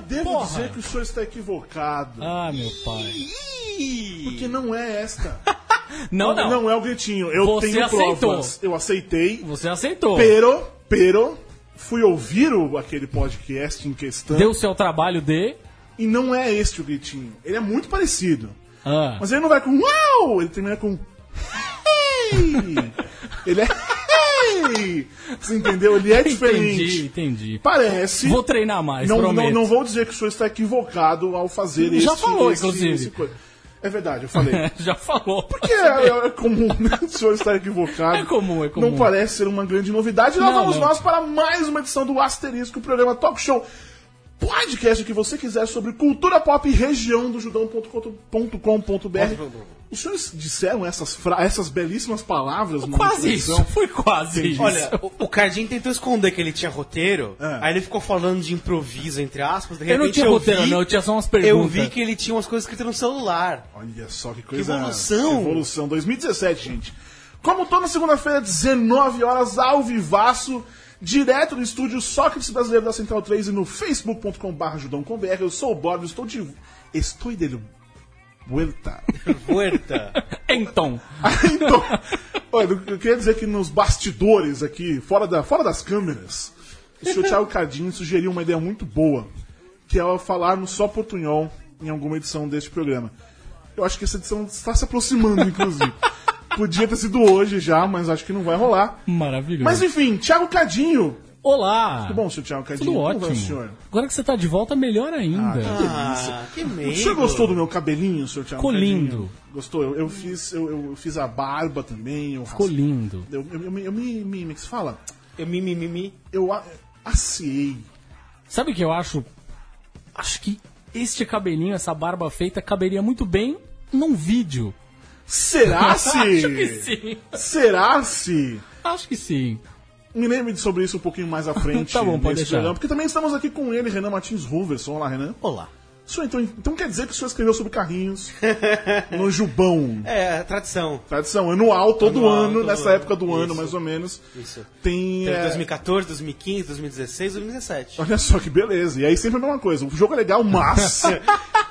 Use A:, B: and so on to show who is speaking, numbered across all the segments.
A: dizer que o senhor está equivocado.
B: Ah, meu pai.
A: Porque não é esta.
B: Não, não.
A: é o gritinho. Eu
B: Você
A: tenho
B: aceitou.
A: provas. Eu aceitei.
B: Você aceitou.
A: Pero, pero, fui ouvir o, aquele podcast em questão.
B: Deu o seu trabalho de.
A: E não é este o gritinho. Ele é muito parecido.
B: Ah.
A: Mas ele não vai com uau! Ele termina com. Hey! ele é. Hey! Você entendeu? Ele é diferente.
B: Entendi, entendi.
A: Parece.
B: Vou treinar mais,
A: não, não,
B: prometo.
A: não vou dizer que o senhor está equivocado ao fazer
B: Já
A: este-
B: falou,
A: este-
B: inclusive.
A: esse coisa. É verdade, eu falei.
B: Já falou.
A: Porque é, é- é comum né, o senhor estar equivocado.
B: É comum, é comum.
A: Não parece ser uma grande novidade. E lá
B: Não,
A: vamos
B: não.
A: nós para mais uma edição do Asterisco, o programa Talk Show. Podcast que você quiser sobre cultura pop e região do judão.com.br. Os senhores disseram essas, fra- essas belíssimas palavras? numa
B: Quase
A: introdução?
B: isso. Foi quase isso.
C: Olha, o, o Cardinho tentou esconder que ele tinha roteiro,
A: Ah.
C: aí ele ficou falando de improviso, entre aspas, de repente
B: eu não tinha roteiro,
C: vi,
B: não. Eu tinha só umas
C: eu
B: perguntas.
C: vi que ele tinha umas coisas escritas no celular.
A: Olha só que coisa.
C: Que evolução!
A: Evolução. 2017, gente. Como toda segunda-feira, 19 horas, ao vivaço, direto do estúdio Sócrates Brasileiro da Central 3 e no facebook.com.br judãocombr. Eu sou o Bob, estou de... Estou de vuelta.
C: Puerta.
B: Então.
A: então, olha, eu queria dizer que nos bastidores aqui, fora, da, fora das câmeras, o senhor Thiago Cardinho sugeriu uma ideia muito boa, que é falarmos só portunhol em alguma edição deste programa. Eu acho que essa edição está se aproximando, inclusive. Podia ter sido hoje já, mas acho que não vai rolar.
B: Maravilhoso.
A: Mas enfim, Thiago Cadinho.
B: Olá.
A: Tudo bom, senhor Thiago Cadinho?
B: Tudo
A: Como vai
B: ótimo.
A: o senhor?
B: Agora que você tá de volta, melhor ainda.
C: ah, que medo.
A: O senhor gostou do meu cabelinho, senhor Thiago?
B: Ficou
A: Cadinho?
B: lindo.
A: Gostou? Eu, eu fiz, eu, eu fiz a barba também. Eu
B: Ficou
A: raspei
B: lindo.
A: Eu, eu, eu, me- eu me, me, me que se fala?
C: Eu mi, mi, mi, mi.
A: Eu a- aciei.
B: Sabe o que eu acho? Acho que este cabelinho, essa barba feita, caberia muito bem num vídeo.
A: Será se?
B: Acho que Ah, sim.
A: Será se?
B: Acho que sim.
A: Me lembre sobre isso um pouquinho mais à frente.
B: Tá bom, pode
A: nesse
B: deixar.
A: programa, porque também estamos aqui com ele, Renan Martins Ruverson. Olá, Renan.
C: Olá.
A: O senhor, então, então quer dizer que o senhor escreveu sobre carrinhos no Jubão.
C: É, tradição.
A: Tradição, anual, todo
C: Anual,
A: ano,
C: todo
A: nessa
C: ano.
A: época do ano,
C: Isso.
A: mais ou menos.
C: Isso.
A: Tem.
C: Teve
A: é,
C: 2014, 2015, 2016, 2017.
A: Olha só que beleza. E aí sempre a mesma coisa. O jogo é legal, mas.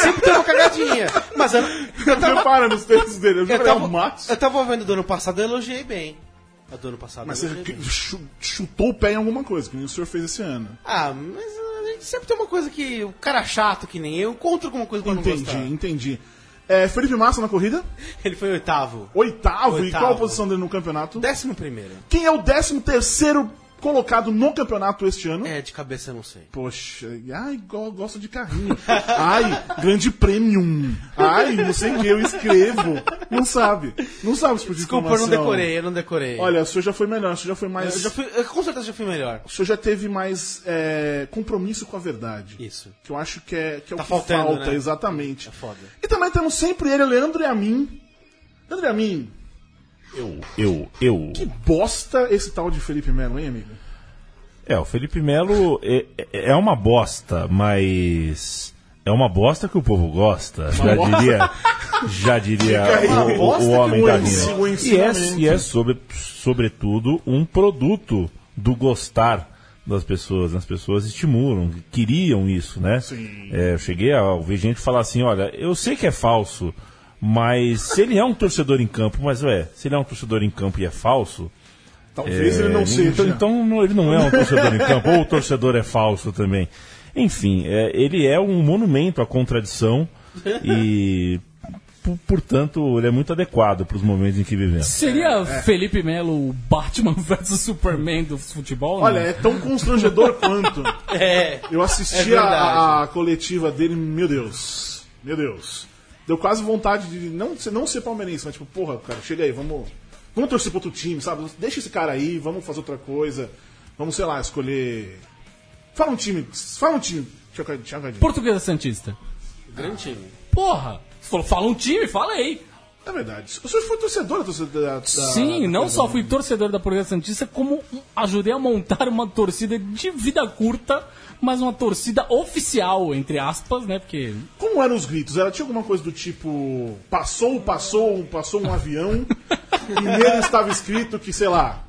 C: Sempre tem uma cagadinha. Mas eu, eu tava,
A: Repara nos textos dele. O jogo
C: eu
A: é legal,
C: tava,
A: mas.
C: eu tava vendo do ano passado, eu elogiei bem. A do ano passado.
A: Mas
C: eu
A: você
C: elogiei
A: que-
C: bem.
A: chu- chutou o pé em alguma coisa, que nem o senhor fez esse ano.
C: Ah, mas a gente sempre tem uma coisa que o cara é chato que nem eu encontra alguma coisa que eu não
A: Entendi,
C: gostar.
A: entendi. É, Felipe Massa na corrida,
C: Ele foi oitavo.
A: oitavo. E
C: Oitavo.
A: qual a posição dele no campeonato?
C: Décimo primeiro.
A: Quem é o décimo terceiro colocado no campeonato este ano?
C: É, de cabeça eu não sei.
A: Poxa, ai, go- gosto de carrinho. Ai, grande premium. Ai, não sei o que, eu escrevo. Não sabe. Não sabe se
C: Desculpa, eu não decorei, eu não decorei.
A: Olha, o senhor já foi melhor, o senhor já foi mais.
C: eu já fui, eu com certeza já fui melhor.
A: O senhor já teve mais é, compromisso com a verdade.
C: Isso.
A: Que eu acho que é, que é
C: Tá
A: o que
C: faltando,
A: falta,
C: né?
A: exatamente.
C: É foda.
A: E também temos sempre ele, Leandro e a mim. Leandro e a mim,
D: Eu, eu, eu.
A: que bosta esse tal de Felipe Melo, hein, amigo?
D: É, o Felipe Melo é, é uma bosta, mas. É uma bosta que o povo gosta. já
A: bosta.
D: diria. Já diria
A: Fica aí,
D: o-
A: uma
D: o,
A: bosta
D: o
A: que
D: homem
A: o
D: da
A: ensi-
D: mina.
A: o
D: E é,
A: ensinamento.
D: e é sobre, sobretudo, um produto do gostar das pessoas. né? As pessoas estimulam, queriam isso, né?
A: Sim.
D: É, eu cheguei a ouvir gente falar assim: olha, eu sei que é falso, mas se ele é um torcedor em campo, mas ué, se ele é um torcedor em campo e é falso,
A: Talvez
D: é,
A: ele não seja.
D: Então, então não- ele não é um torcedor em campo, ou o torcedor é falso também. Enfim, é, ele é um monumento à contradição e, p- portanto, ele é muito adequado para os momentos em que vivemos.
B: Seria Felipe Melo o Batman versus Superman do futebol? né?
A: Olha,
B: não?
A: é tão constrangedor quanto.
C: É.
A: Eu assisti
C: É
A: a,
C: verdade.
A: a coletiva dele, meu Deus. Meu Deus. Deu quase vontade de não ser, não ser palmeirense, mas tipo, porra, cara, chega aí, vamos. Vamos torcer pro outro time, sabe? Deixa esse cara aí, vamos fazer outra coisa. Vamos, sei lá, escolher. Fala um time. Fala um time. Thiago- Thiago Adinho.
B: Portuguesa é Santista.
C: Grande time.
B: Porra! Você falou, fala um time, fala aí.
A: É verdade. O senhor foi torcedor da torcida da. da-
B: Sim,
A: da-
B: não
A: da-
B: só fui torcedor da Portuguesa Santista, como ajudei a montar uma torcida de vida curta, mas uma torcida oficial, entre aspas, né? Porque
A: Como eram os gritos? Era, tinha alguma coisa do tipo. um Passou, passou, passou um avião. e nele estava escrito que, sei lá.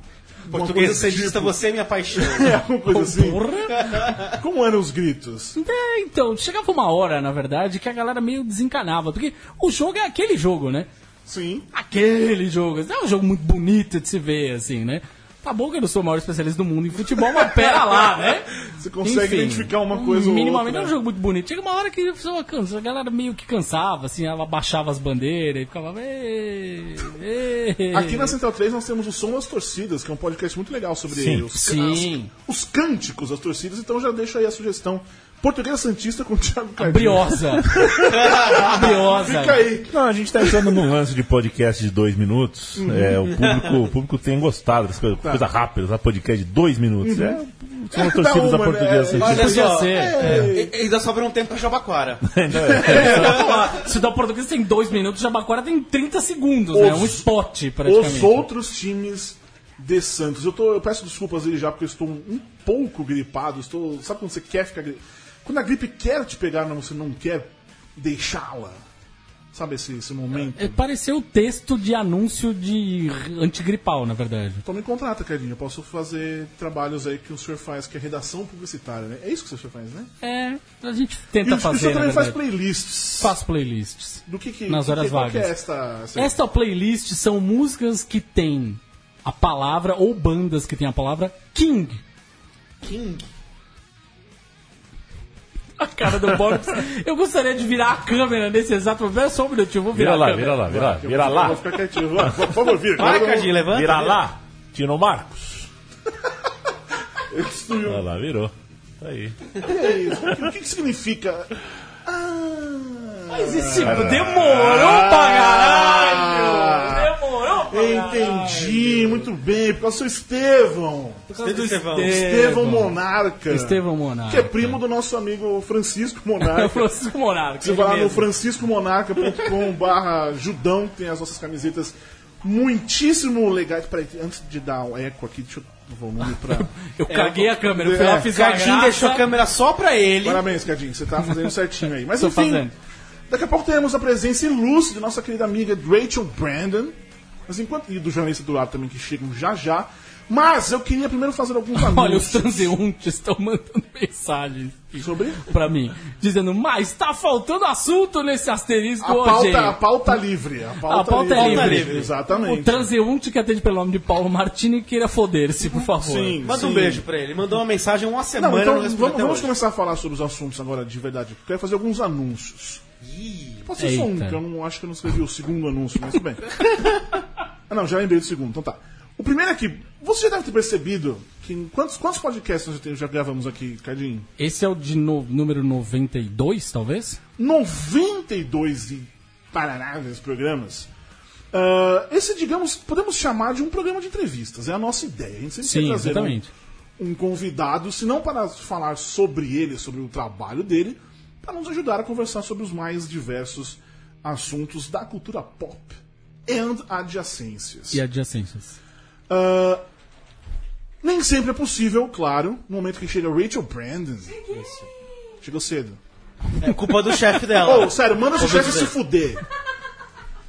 A: coisa
C: Português
A: do
C: santista,
A: tipo.
C: você é minha paixão.
A: É, alguma coisa assim.
B: Porra!
A: Como eram os gritos?
B: É, então, chegava uma hora, na verdade, que a galera meio desencanava. Porque o jogo é aquele jogo, né?
A: Sim.
B: Aquele jogo. É um jogo muito bonito de se ver, assim, né? Tá bom que eu não sou o maior especialista do mundo em futebol, mas pera lá, né?
A: Você consegue identificar uma coisa ou
B: Minimamente
A: outra.
B: é um jogo muito bonito. Chega uma hora que a pessoa cansa, a galera meio que cansava, assim, ela baixava as bandeiras e ficava. "Ei, ei".
A: Aqui na Central 3 nós temos o Som das Torcidas, que é um podcast muito legal sobre
D: Sim.
A: Os,
B: Sim.
A: as- os cânticos das torcidas, então já deixo aí a sugestão. Portuguesa Santista com o Thiago Cardinho.
B: Briosa. Briosa.
A: Fica aí.
D: Não, a gente tá entrando num lance de podcast de dois minutos. É, o, público, o público tem gostado dessa coisa, coisa rápida, essa podcast de dois minutos. É, são as
A: Dá
D: torcidas da
A: uma, né?
D: portuguesa.
A: Olha
D: Santista.
B: Podia
C: só,
B: ser.
C: E- e Ainda sobra um tempo pra Jabaquara.
A: né?
B: tá Se dá o português tem dois minutos, Jabaquara tem 30 segundos, né? É um
A: Os-
B: spot, praticamente.
A: Os outros times de Santos. Eu, tô, eu peço desculpas aí já, porque eu estou um pouco gripado. Estou, sabe quando você quer ficar gri... Quando a gripe quer te pegar, mas você não quer deixá-la. Sabe esse, esse momento?
B: É, Pareceu o texto de anúncio de antigripal, na verdade.
A: Então me contrata, Cardinho. Eu posso fazer trabalhos aí que o senhor faz, que é redação publicitária, né? É isso que o senhor faz, né?
B: É, a gente
A: E
B: tenta
A: o senhor
B: fazer, na
A: também faz
B: verdade.
A: playlists.
B: Faço playlists.
A: Do que que,
B: Nas
A: do
B: horas
A: que, qual que
B: vagas.
A: é esta, essa-
B: Esta playlist são músicas que tem a palavra, ou bandas que tem a palavra King.
A: King?
B: A cara do Boris. Eu gostaria de virar a câmera nesse exato momento. É só um minutinho, eu vou virar
D: Vira
B: a
D: lá,
B: câmera.
D: vira lá, vira lá.
A: Ah, Eu
D: Vira
A: vou-
D: lá,
A: Vou ficar quietinho. Vai, Por favor, vira.
C: Vai,
A: Agora eu
C: Cardinho, levanta.
D: vira lá. Tino Marcos.
A: vou- eu destruí
D: Olha lá, virou. Tá aí.
A: É isso. O que- O que, que significa? Ah,
B: Mas esse demorou pra caralho! Demorou pra
A: entendi, muito bem, porque eu sou Estevão.
B: caralho!
C: Estevão.
A: Estevão Monarca.
B: Estevão Monarca.
A: Que é primo do nosso amigo Francisco Monarca.
B: É o Francisco Monarca.
A: Você
B: ele
A: vai lá no
B: mesmo.
A: franciscomonarca.com barra judão, tem as nossas camisetas muitíssimo legais. Peraí, antes de dar um eco aqui, deixa eu dar o volume pra...
B: Eu caguei a câmera, eu fui
A: É,
B: lá, fiz uma
C: Cardinho
B: graça.
C: deixou a câmera só pra ele.
A: Parabéns, Cadinho, você tá fazendo certinho aí. Mas
B: Tô
A: enfim,
B: fazendo.
A: daqui a pouco teremos a presença ilustre de nossa querida amiga Rachel Brandon. Mas enquanto... E do jornalista do lado também, que chegam já já. Mas eu queria primeiro fazer alguns anúncios.
B: Olha, os transeuntes estão mandando mensagens
A: Sobre?
B: pra mim, dizendo, mas tá faltando assunto nesse asterisco
A: A
B: hoje.
A: pauta, é a pauta livre. A pauta,
B: A pauta é
A: livre.
B: livre.
A: Exatamente.
B: O transeunte que atende pelo nome de Paulo Martini queira foder-se, por favor.
A: Sim,
C: Manda
A: sim.
C: um beijo pra ele. Mandou uma mensagem uma semana
A: Não,
C: e
A: então
C: não respondeu
A: vamos,
C: até
A: vamos
C: hoje.
A: começar a falar sobre os assuntos agora de verdade. Eu quero fazer alguns anúncios. Pode ser só um,
B: Eita.
A: que eu não acho que eu não escrevi o segundo anúncio, mas tudo bem. ah, não, já lembrei do segundo, então tá. O primeiro é que você já deve ter percebido que em quantos, quantos podcasts nós já te- já gravamos aqui, Cadinho?
B: Esse é o de no- número 92, talvez?
A: 92 e paranáveis programas. Ah, esse, digamos, podemos chamar de um programa de entrevistas. É a nossa ideia. A gente sempre quer
B: Sim,
A: trazer um-
B: exatamente.
A: um convidado, se não para falar sobre ele, sobre o trabalho dele, para nos ajudar a conversar sobre os mais diversos assuntos da cultura pop and adjacências.
B: E adjacências.
A: Ah, nem sempre é possível, claro, no momento que chega Rachel Brandon. Chegou cedo.
C: É culpa do chefe
A: Ô,
C: dela.
A: sério, manda esse
C: Ouviu
A: chefe se
C: dizer.
A: fuder.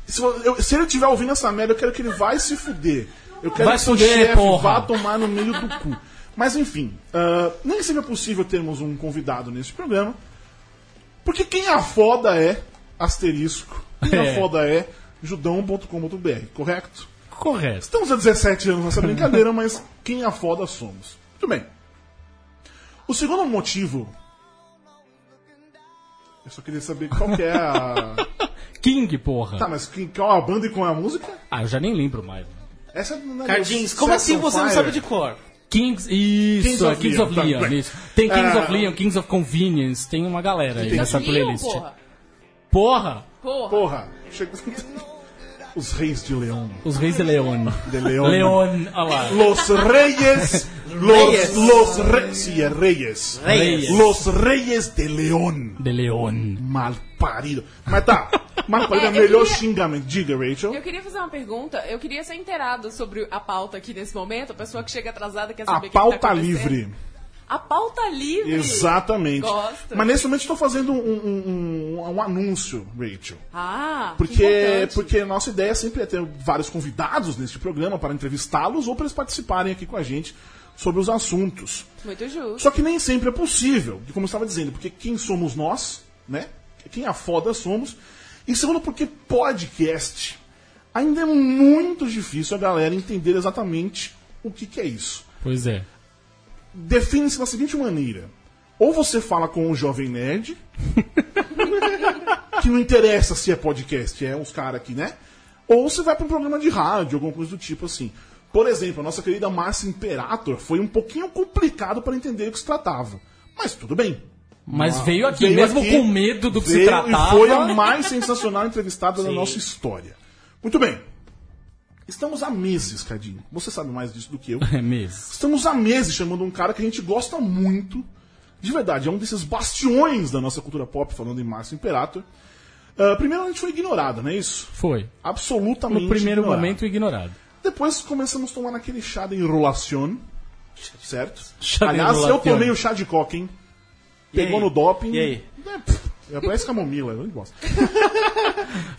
A: Se, vo- eu- se ele estiver ouvindo essa merda, eu quero que ele vai se fuder. Eu quero
B: Vai
A: que o
B: fuder,
A: chefe
B: porra.
A: vá tomar no meio do cu. Mas enfim, ah, nem sempre é possível termos um convidado nesse programa. Porque quem a foda é, asterisco, quem a
B: É.
A: foda é, judão.com.br, correto?
B: Correto.
A: Estamos há 17 anos nessa brincadeira, mas quem a foda somos. Muito bem. O segundo motivo. Eu só queria saber qual que é a.
B: King, porra.
A: Tá, mas que- qual a banda e qual é a música?
B: Ah, eu já nem lembro mais.
A: Essa não é
C: Cardins,
A: do
C: como
A: Sex
C: assim
A: on
C: você não
A: Fire?
C: sabe de cor?
B: Kings, isso,
A: Kings
B: Kings
A: of
B: of, Kings
A: Leon,
B: of
A: tá,
B: Leon,
A: bem.
B: isso. Tem Kings
A: Ah.
B: of Leon, Kings of Convenience, tem uma galera aí nessa playlist.
E: Porra.
B: Porra!
E: Porra.
A: Porra! Chega... Os Reis de Leão.
B: Os Reis de Leon.
A: De Leon.
B: Leon, olha lá.
A: Los Reyes.
C: Reyes.
A: Los, los Re... Sim, é Reyes.
B: Reyes.
A: Los Reyes de León.
B: De Leon.
A: Mal parido. Mas tá. Mal parido é o
E: É, eu
A: melhor
E: queria-
A: xingamento. Diga, Rachel.
E: Eu queria fazer uma pergunta. Eu queria ser inteirado sobre a pauta aqui nesse momento. A pessoa que chega atrasada quer
A: A
E: saber o que que tá
A: pauta
E: acontecendo.
A: livre.
E: A pauta livre.
A: Exatamente.
E: Gosto.
A: Mas nesse momento estou fazendo um, um- um- um anúncio, Rachel.
E: Ah, que
A: Porque,
E: importante.
A: porque a nossa ideia sempre é ter vários convidados neste programa para entrevistá-los ou para eles participarem aqui com a gente sobre os assuntos.
E: Muito justo.
A: Só que nem sempre é possível, como eu estava dizendo, porque quem somos nós, né? Quem a foda somos. E segundo, porque podcast ainda é muito difícil a galera entender exatamente o que, que é isso.
B: Pois é.
A: Define-se da seguinte maneira: ou você fala com um jovem nerd, que não interessa se é podcast, é uns caras aqui, né? Ou você vai para um programa de rádio, alguma coisa do tipo assim. Por exemplo, a nossa querida Márcia Imperator foi um pouquinho complicado para entender o que se tratava. Mas tudo bem.
B: Mas veio aqui,
A: Veio
B: mesmo
A: aqui,
B: com medo do que se
A: veio
B: tratava.
A: E foi a mais sensacional entrevistada da nossa história. Muito bem. Estamos há meses, Cadinho. Você sabe mais disso do que eu.
B: É mesmo.
A: Estamos há meses chamando um cara que a gente gosta muito. De verdade, é um desses bastiões da nossa cultura pop, falando em Márcio Imperator. Ah, primeiro a gente foi ignorado, não é isso?
B: Foi.
A: Absolutamente
B: No primeiro
A: ignorado.
B: momento, ignorado.
A: Depois começamos a tomar naquele chá de enrolación, certo?
B: Chá de
A: Aliás, eu
B: enrolación.
A: tomei o chá de coca, hein?
C: E
A: Pegou
C: aí?
A: no doping.
C: E aí?
A: É, pff, é, parece camomila, eu não gosto.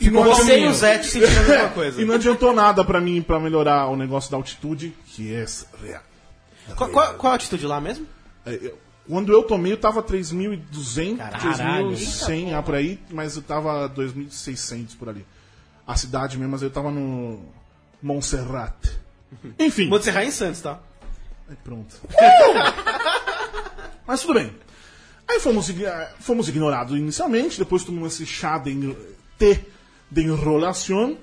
A: E não
C: Você e
A: adiantou-
C: o Zé te sentindo a mesma coisa.
A: E não adiantou nada pra mim, pra melhorar o negócio da altitude, que é real.
C: Qual, qual- qual a atitude lá mesmo?
A: É, eu- Quando eu tomei, eu tava 3.200,
B: Caralho.
A: 3.100, ah, por aí, mas eu tava 2.600 por ali. A cidade mesmo, mas eu tava no Montserrat. Enfim,
C: Montserrat em Santos, tá?
A: Aí, pronto. mas tudo bem. Aí fomos, ig- ah, fomos ignorados inicialmente, depois tomamos esse chá de, en- té de enrolação.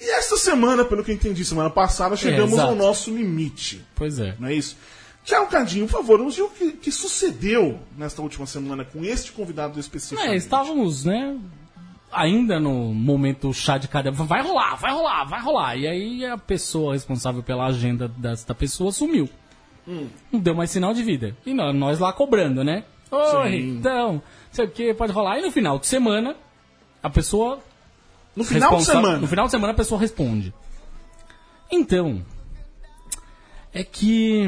A: E essa semana, pelo que eu entendi, semana passada, chegamos
B: É, exato.
A: ao nosso limite
B: Pois é.
A: não é isso? Tiago Cadinho, por favor, nos diga o que, que sucedeu nesta última semana com este convidado específico.
B: É, estávamos, né? Ainda no momento chá de cadeira. Vai rolar, vai rolar, vai rolar. E aí a pessoa responsável pela agenda desta pessoa sumiu.
A: Hum.
B: Não deu mais sinal de vida. E nó- nós lá cobrando, né? Oi,
A: Sim.
B: então, não sei o que, pode rolar. E no final de semana, a pessoa.
A: No final de
B: responsa-
A: semana.
B: No final de semana a pessoa responde. Então. É que.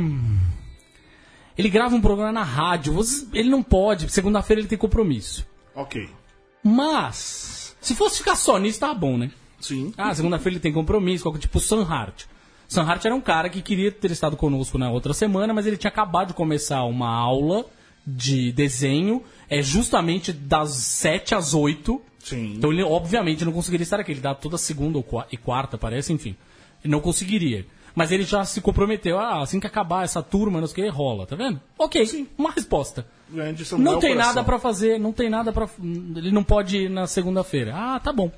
B: Ele grava um programa na rádio. Vocês- Ele não pode, segunda-feira ele tem compromisso.
A: Ok.
B: Mas, se fosse ficar só nisso, tava bom, né?
A: Sim.
B: Ah, segunda-feira ele tem compromisso, qualquer tipo Sanhart. Sanhart era um cara que queria ter estado conosco na outra semana, mas ele tinha acabado de começar uma aula de desenho, é justamente das 7 às 8.
A: Sim.
B: Então ele, obviamente, não conseguiria estar aqui. Ele dá toda segunda ou qua- e quarta, parece, enfim. Ele não conseguiria. Mas ele já se comprometeu, ah, assim que acabar essa turma, não sei o que, rola, tá vendo? Ok, uma resposta.
A: Grande Samuel
B: Não tem
A: é Coração.
B: nada pra fazer, não tem nada para ele não pode ir na segunda-feira. Ah, tá bom.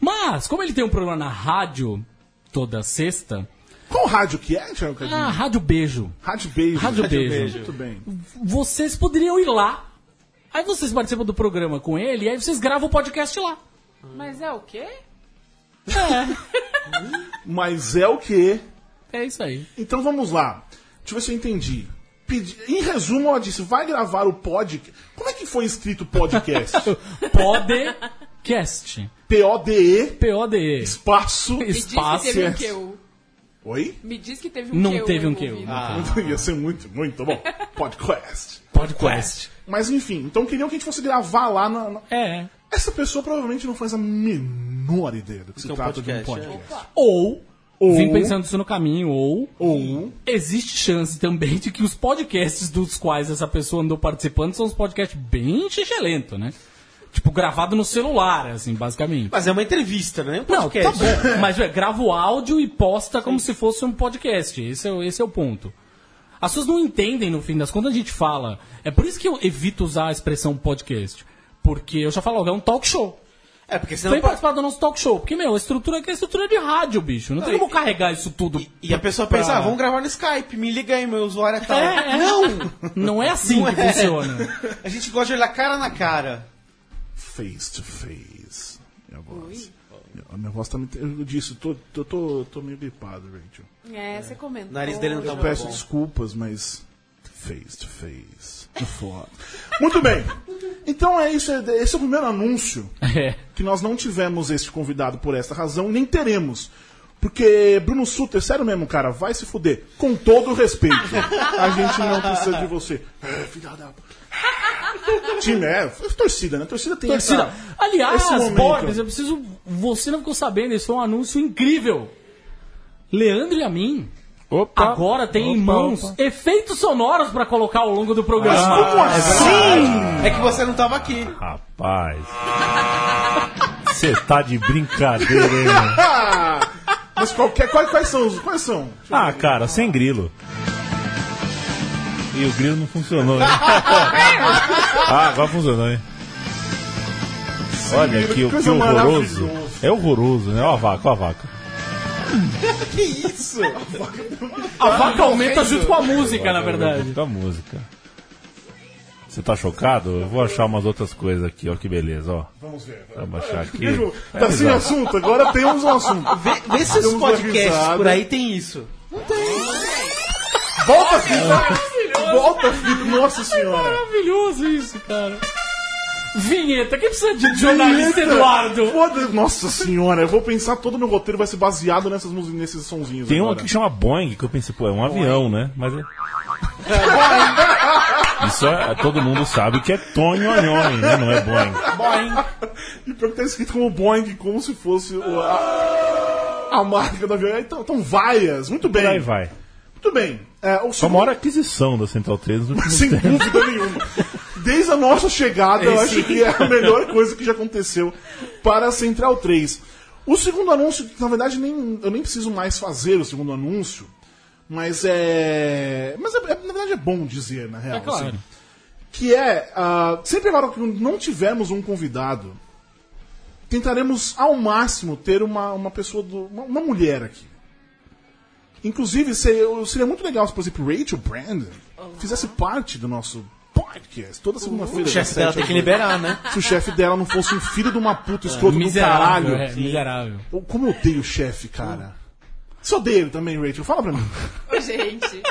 B: Mas como ele tem um programa na rádio toda sexta,
A: Qual rádio que é, Tiago Cadinho?
B: ah, rádio beijo.
A: Rádio Beijo.
B: Rádio Beijo.
A: Muito bem.
B: Vocês poderiam ir lá. Aí vocês participam do programa com ele, aí vocês gravam o podcast lá.
E: Mas é o quê?
A: Mas é o que?
B: É isso aí.
A: Então vamos lá. Deixa eu ver se eu entendi. Pedi- Em resumo, ela disse, vai gravar o podcast. Como é que foi escrito podcast?
B: Podcast.
A: P-O-D-E,
B: P-O-D-E.
A: espaço...
E: Me diz que
B: Espaço. é
E: teve um QU.
A: Oi?
E: Me diz que teve um
B: Não
E: QU
B: teve um
E: envolvido.
B: QU.
A: Ia ser muito, muito bom. Podcast.
B: Podcast.
A: Mas enfim, então queriam que a gente fosse gravar lá na. na-
B: É.
A: Essa pessoa provavelmente não faz a menor ideia do que se
C: Então,
A: trata de um
C: podcast,
A: podcast.
B: Ou,
A: Ou-
B: vim pensando isso no caminho, ou
A: Ou. um
B: existe chance também de que os podcasts dos quais essa pessoa andou participando são uns podcasts bem xixelento, né? Tipo, gravado no celular, assim, basicamente.
C: Mas é uma entrevista, né? Um
B: Não,
C: podcast.
B: tá bom, mas ué, grava o áudio e posta como se fosse um podcast. Esse é, o- esse é o ponto. As pessoas não entendem, no fim das contas, a gente fala. É por isso que eu evito usar a expressão podcast. Porque eu já falo, ó, é um talk show.
C: É, porque senão.
B: Vem participar do nosso talk show. Porque, meu, a estrutura aqui é estrutura de rádio, bicho. Não, tem
C: Não,
B: como
C: e-
B: carregar isso tudo.
C: E a pessoa pensa, ah, vamos gravar no Skype, me liga aí, meu usuário é tal.
B: É, é.
C: Não!
B: Não é assim
C: Não
B: que
C: é.
B: funciona.
C: A gente gosta de olhar cara na cara.
A: Face to face. Minha voz. A minha voz tá me. Eu disse, tô, tô, tô, tô meio gripado, Rachel.
E: É, você comentou.
C: O nariz dele não tá
A: Eu
C: bom.
A: peço desculpas, mas. Face to face. Foda. Muito bem. Então é isso. é- Esse é o primeiro anúncio
B: É.
A: que nós não tivemos este convidado por esta razão, nem teremos. Porque, Bruno Suter, sério mesmo, cara, vai se fuder. Com todo o respeito. A gente não precisa de você. É, filha da. Time, é. Torcida, né? Torcida tem
B: Torcida.
A: essa-
B: Tá. Aliás,
A: esse momento.
B: Borbes, eu preciso. Você não ficou sabendo, esse foi um anúncio incrível. Leandro e a mim.
F: Opa.
D: Tá.
B: Agora tem em
F: Opa,
B: mãos
F: opa.
B: efeitos sonoros pra colocar ao longo do programa. Ah,
A: Como assim?
C: É que você não tava aqui.
D: Rapaz. Você tá de brincadeira, hein? mano?
A: Mas qualquer, quais, quais são os. Quais são?
D: Ah, cara, sem grilo. E o grilo não funcionou, hein? Ah, agora funcionou, hein? Olha
A: grilo,
D: que,
A: que
D: que
A: coisa
D: horroroso.
A: maravilhosa.
D: É horroroso, né? Ó a vaca, ó a vaca.
C: Que isso?
B: A vaca aumenta junto com a música, na verdade.
D: Da música. Você tá chocado? Eu vou achar umas outras coisas aqui, ó, que beleza, ó.
A: Vamos ver.
D: Vou baixar aqui.
A: Vejo, tá sem assunto, agora temos um assunto.
C: Vê, vê se os
A: Demos uma
C: podcasts
A: risada.
C: por aí tem isso.
A: Volta, filho! Volta, filho! Nossa senhora!
B: Maravilhoso isso, cara. Vinheta, quem precisa de jornalista Eduardo?
A: Foda- Nossa senhora, eu vou pensar todo meu roteiro vai ser baseado nessas músicas, nesses sonzinhos.
D: Tem um
A: agora.
D: aqui que chama Boeing, que eu pensei, pô, é um avião, né? Mas é. Isso é, todo mundo sabe que é Tonho Anhoi, né? Não é Boeing.
A: E pior que tá escrito como Boeing, como se fosse o- a, a marca do avião. Então, então vaias, muito bem.
D: Por aí vai.
A: Muito bem. É, o
D: Só
A: segundo-
D: mora a aquisição da Central 3 no
A: Sem
D: último tempo.
A: dúvida nenhuma. Desde a nossa chegada, eu acho que é a melhor coisa que já aconteceu para a Central 3. O segundo anúncio, que, na verdade, nem, eu nem preciso mais fazer o segundo anúncio, mas é. Mas é, é- na verdade é bom dizer, na real.
B: claro.
A: assim. que é. ah, sempre agora que não tivermos um convidado, tentaremos ao máximo ter uma, uma pessoa do. Uma, uma mulher aqui. Inclusive, seria, seria muito legal se, por exemplo, Rachel Brandon fizesse parte do nosso podcast toda segunda-feira.
C: O
A: das
C: chefe dela
A: sete
C: tem que
A: às oito.
C: liberar, É, né?
A: Se o chefe dela não fosse um filho de uma puta escroto do caralho.
B: Miserável, é, miserável.
A: Eu- Como eu odeio o chefe, cara.
C: Hum.
A: Você odeia ele também, Rachel? Fala pra mim. O
E: Ô, Gente.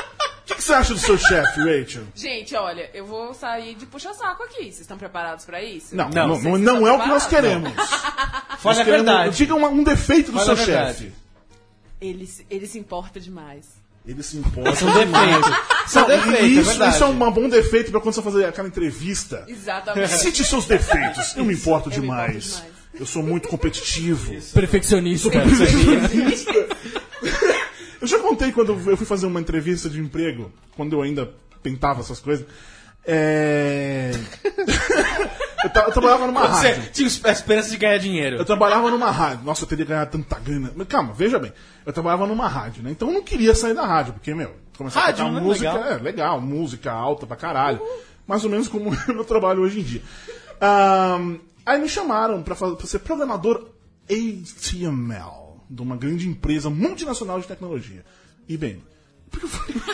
A: que, que você acha do seu chefe, Rachel?
E: Gente, olha, eu vou sair de puxa-saco aqui. Vocês estão preparados pra isso?
A: Não, não,
E: Vocês
A: não, não é o que nós
E: preparados?
A: queremos.
C: Fala a
A: Queremos-
C: é verdade.
A: Diga uma- um defeito do
C: Fala a
A: seu
C: verdade.
A: chefe.
E: Ele, se- ele se importa demais.
A: Ele se importa.
C: São defeitos. São
A: Não, e
C: defeitos, um é
A: isso,
C: verdade.
A: isso é um bom defeito pra quando você fazer aquela entrevista.
E: Exatamente.
A: Cite seus defeitos. Eu me importo
E: é Eu me importo
A: demais.
E: demais.
A: Eu sou muito competitivo.
B: Perfeccionista.
A: Eu já contei quando eu fui fazer uma entrevista de emprego, quando eu ainda pintava essas coisas. É... eu, ta- eu trabalhava numa rádio.
C: Você tinha a esperança de ganhar
A: Ah, Eu
C: dinheiro.
A: trabalhava numa rádio. Nossa, eu teria ganhado tanta grana. Mas calma, veja bem. Eu trabalhava numa rádio, né? Então eu não queria sair da rádio, porque, meu, começar
C: Rádio,
A: a tocar
C: né?
A: música
C: Legal.
A: é legal, música alta pra caralho. Mais ou menos como é o meu trabalho hoje em dia. Ahn, aí me chamaram pra, fa- pra ser programador ATML, de uma grande empresa multinacional de tecnologia. E bem. porque eu falei-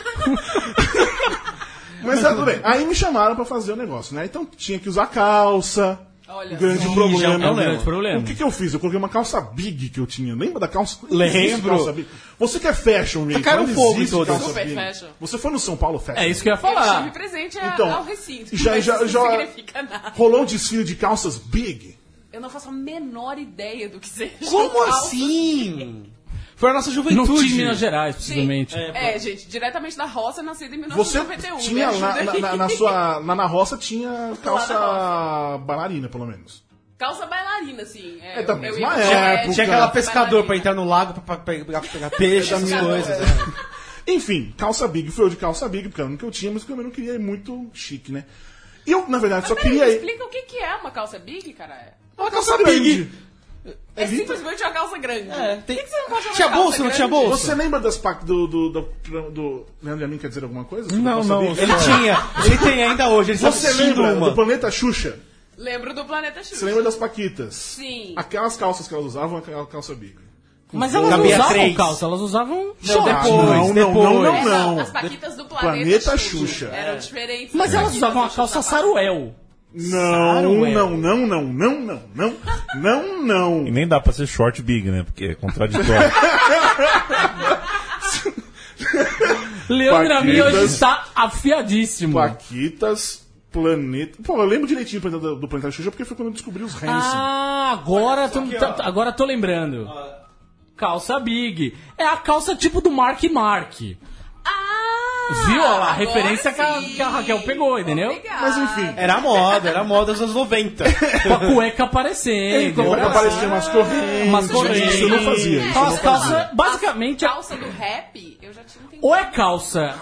A: Mas tá, tudo bem. Aí me chamaram pra fazer o negócio, né? Então tinha que usar calça.
E: Olha
A: grande
E: só.
A: problema.
B: é um grande problema.
A: O que, que eu fiz? Eu coloquei uma calça big que eu tinha. Lembra da calça?
C: Lembro.
A: Existe Calça big. Você que é fashion, Rick.
C: Tacaram
A: não
C: fogo em
A: existe
C: todas.
A: calça
E: Super
A: big.
E: fashion.
A: Você foi no São Paulo Fashion.
B: um É isso que eu ia
E: Eu
B: falar.
E: estive presente
A: Então,
E: a, ao recinto.
A: já-
E: mas
A: já-
E: isso
A: já-
E: não significa nada.
A: Rolou um desfile de calças big.
E: Eu não faço a menor ideia do que seja.
C: Como
E: Alto.
C: assim? Foi a nossa
B: No
C: juventude.
B: time Minas Gerais,
E: Gente,
B: precisamente.
E: é, gente, diretamente da roça, nascida em
A: Você
E: 1991. me
A: tinha
E: ajuda
A: na, na,
E: aí.
A: na- na sua. Na, na roça tinha calça
E: na
A: bailarina, pelo menos.
E: Calça bailarina, assim. É,
A: É da mesma
E: pro
A: época.
E: colégio,
C: Tinha aquela pescador pra
E: bailarina.
C: entrar no lago pra, pra pegar, pegar peixe, essas
E: Pescador.
C: coisas. né?
A: Enfim, calça big. Foi eu de calça big, porque era o que eu tinha, mas que eu também não queria ir muito chique, né? Eu, na verdade, só
E: Mas peraí,
A: queria
E: me
A: ir.
E: explica o que que é uma calça big, cara.
C: Uma calça big.
A: grande.
E: É, simplesmente uma calça grande.
C: É, tem-
E: Por que, que você não pode chamar
C: Tinha
E: de calça
C: bolsa, não
E: grande?
C: tinha bolsa?
A: Você lembra das pacas do, do, do, do. Leandro e a mim quer dizer alguma coisa? sobre
D: Não,
A: calça
D: não,
A: big?
D: só-
C: Ele tinha, ele tem ainda hoje, ele
A: Você
C: está vestindo
A: lembra
C: uma.
A: do planeta Xuxa?
E: Lembro do Planeta Xuxa.
A: Você lembra das Paquitas?
E: Sim.
A: Aquelas calças que elas usavam, aquela calça big.
B: Mas elas não
C: Uhum. Cabia
B: usavam
C: três.
B: calça, elas usavam
C: Não,
B: short.
C: depois,
A: não, não, não,
C: depois.
A: não, não.
E: As paquitas do Planeta,
A: Planeta
E: Xuxa.
A: Xuxa.
E: Eram diferentes.
B: Mas
E: das
B: elas
E: paquitas
B: usavam a
E: do
B: calça
E: Xuxa.
B: saruel.
A: Não,
B: Saruel.
A: não, não, não, não, não, não, não,
D: E
A: não.
D: nem dá pra ser short big, né? Porque é contraditório.
B: Leandro Amin
A: Paquitas.
B: hoje está afiadíssimo.
A: Paquitas, Planeta. Pô, eu lembro direitinho do, Planeta- do Planeta Xuxa porque foi quando eu descobri os Hanson.
B: Ah, agora tô, tá- agora tô lembrando. Calça big. É a calça tipo do Mark Mark.
E: Ah!
B: Viu? Olha lá, a
E: agora
B: referência que a,
E: sim.
B: que a Raquel pegou, entendeu?
E: Obrigada.
A: Mas enfim.
C: Era a moda, era a moda dos anos 90.
B: Com a cueca aparecendo.
A: Então, aparecia umas correntes.
B: Umas correntes.
A: Isso eu não fazia.
E: É,
A: Isso eu
B: Então,
A: não
B: as
E: calça-
A: fazia.
B: calças, basicamente,
E: Calça do rap, eu já tinha entendido.
B: ou é calça,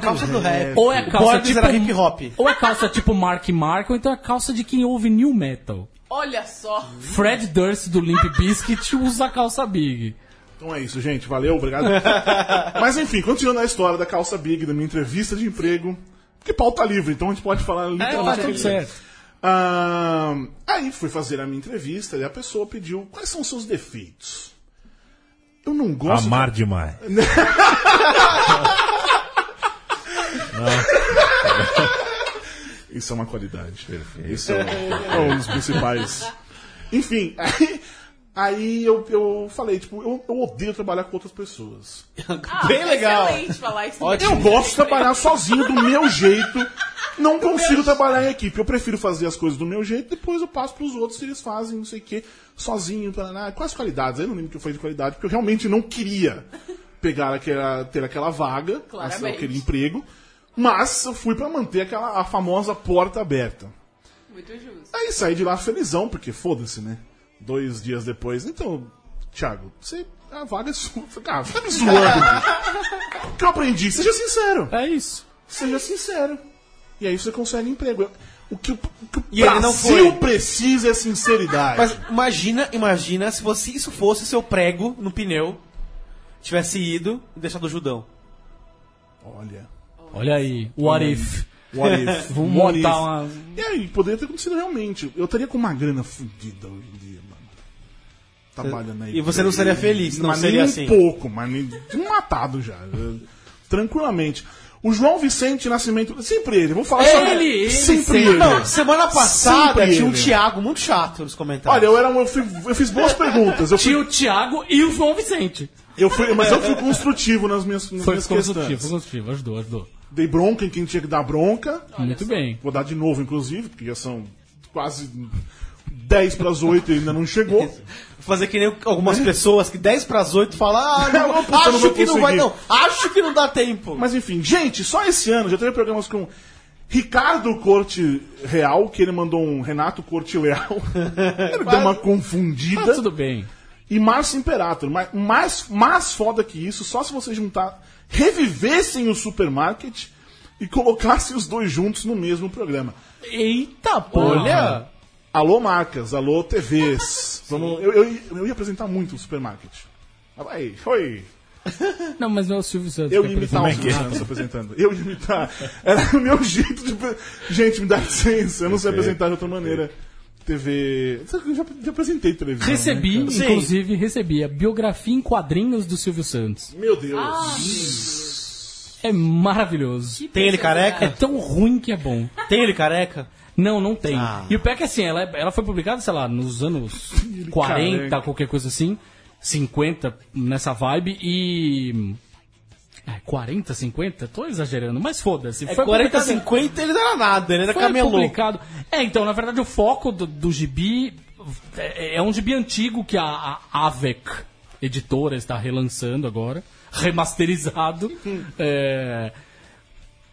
C: Calça do rap.
B: ou é calça
C: Borges
B: tipo...
C: era hip hop.
B: Ou é calça tipo Mark Mark, ou então é calça de quem ouve New Metal.
E: Olha só.
B: Fred Durst do Limp Bizkit usa calça big.
A: Então é isso, gente. Valeu, obrigado. Mas enfim, continuando a história da calça Big, da minha entrevista de emprego. Porque pau tá livre, então a gente pode falar
C: É,
A: literalmente. o que quiser. Ah, aí fui fazer a minha entrevista e a pessoa pediu quais são os seus defeitos. Eu não gosto.
D: Amar demais.
A: Isso é uma qualidade. Isso é um, é um dos principais. Enfim, aí, aí eu, eu falei, tipo, eu, eu odeio trabalhar com outras pessoas.
E: Ah,
C: Bem legal.
E: Excelente falar isso.
A: Eu gosto de trabalhar sozinho, do meu jeito. Não consigo trabalhar em equipe. Eu prefiro fazer as coisas do meu jeito, depois eu passo pros outros se eles fazem, não sei o quê, sozinho. Tarará. Quais qualidades? Aí eu não lembro o que foi de qualidade, porque eu realmente não queria pegar aquela, ter aquela vaga, né,
E: Claramente.
A: aquele emprego. Mas eu fui pra manter aquela a famosa porta aberta.
E: Muito justo.
A: Aí saí de lá felizão, porque foda-se, né? Dois dias depois. Então, Thiago, você. A vaga é sua. Eu falei, Cara, você tá me zoando. bicho. O que eu aprendi? Seja sincero.
B: É isso.
A: Seja sincero. E aí você consegue emprego. O que o, o que o
C: E ele não
A: Brasil
C: foi.
A: precisa é sinceridade.
C: Mas imagina, imagina se você, isso fosse seu prego no pneu, tivesse ido e deixado o Judão.
A: Olha.
B: Olha aí, what if.
A: What if?
B: Vamos
A: What
B: montar
A: if?
B: uma-
A: E aí, poderia ter acontecido realmente. Eu estaria com uma grana fodida hoje em dia, mano. Trabalhando aí.
C: E você não seria feliz, não
A: mas
C: seria
A: nem
C: assim.
A: um pouco, mas nem, de um matado já. eu- Tranquilamente. O João Vicente Nascimento. Sempre ele, vou falar só.
B: Ele, ele
A: sempre
B: sempre.
A: ele.
C: Não, semana passada
A: Sempre
C: tinha um
A: ele.
C: Thiago muito chato nos comentários.
A: Olha, eu, era um, eu, fui- eu fiz boas perguntas. Eu
C: um
A: fui,
B: Tio Thiago e o João Vicente.
A: eu fui, mas eu fui construtivo nas minhas, nas
B: É. Foi
A: minhas
B: construtivo, foi
A: questões.
B: construtivo, ajudou, ajudou.
A: Dei bronca em quem tinha que dar bronca.
B: Muito bem.
A: Vou dar de novo, inclusive, porque já são quase 10 para as 8 e ainda não chegou.
C: Fazer que nem algumas pessoas que 10 pras 8 falam, ah, não,
A: Não, puta, eu não
C: acho
A: vou
C: que não vai, não,
A: conseguir.
C: acho que não dá tempo.
A: Mas enfim, gente, só esse ano já teve programas com Ricardo Corte Real, que ele mandou um Renato Corte Leal. ele deu uma confundida.
B: Tá tudo bem.
A: E Márcio Imperator. Ma- Mais, mais foda que isso, só se você juntar. Revivessem o supermarket e colocassem os dois juntos no mesmo programa.
B: Eita, porra.
C: Olha,
A: Alô, marcas, alô, TVs. Vamos, eu, eu, eu ia apresentar muito o supermarket. Ah, Vai, oi.
B: Não, mas não é o Silvio Santos.
A: Eu
B: que
A: ia
B: apresenta.
A: imitar os Santos apresentando. Eu ia imitar. Era o meu jeito de. Gente, me dá licença, eu não sei apresentar de outra maneira. TV. Eu já, já apresentei televisão. né,
B: Recebi,
A: cara?
B: inclusive, recebi a biografia em quadrinhos do Silvio Santos.
A: Meu Deus.
E: Ah,
B: É maravilhoso.
C: tem ele
B: É
C: careca?
B: tão ruim que é bom.
C: Tem ele careca?
B: Não, não tem.
C: Ah.
B: E o pior é que assim, ela, ela foi publicada, sei lá, nos anos 40, qualquer coisa assim. 50, nessa vibe, e. É, 40, 50? Tô exagerando, mas foda-se.
C: É
B: Foi
C: 40,
B: publicada-
C: 50 ele não era nada, ele era
B: foi
C: camelô.
B: publicado. É, então, na verdade, o foco do, do gibi é, é um gibi antigo que a, a AVEC, editora, está relançando agora, remasterizado. É,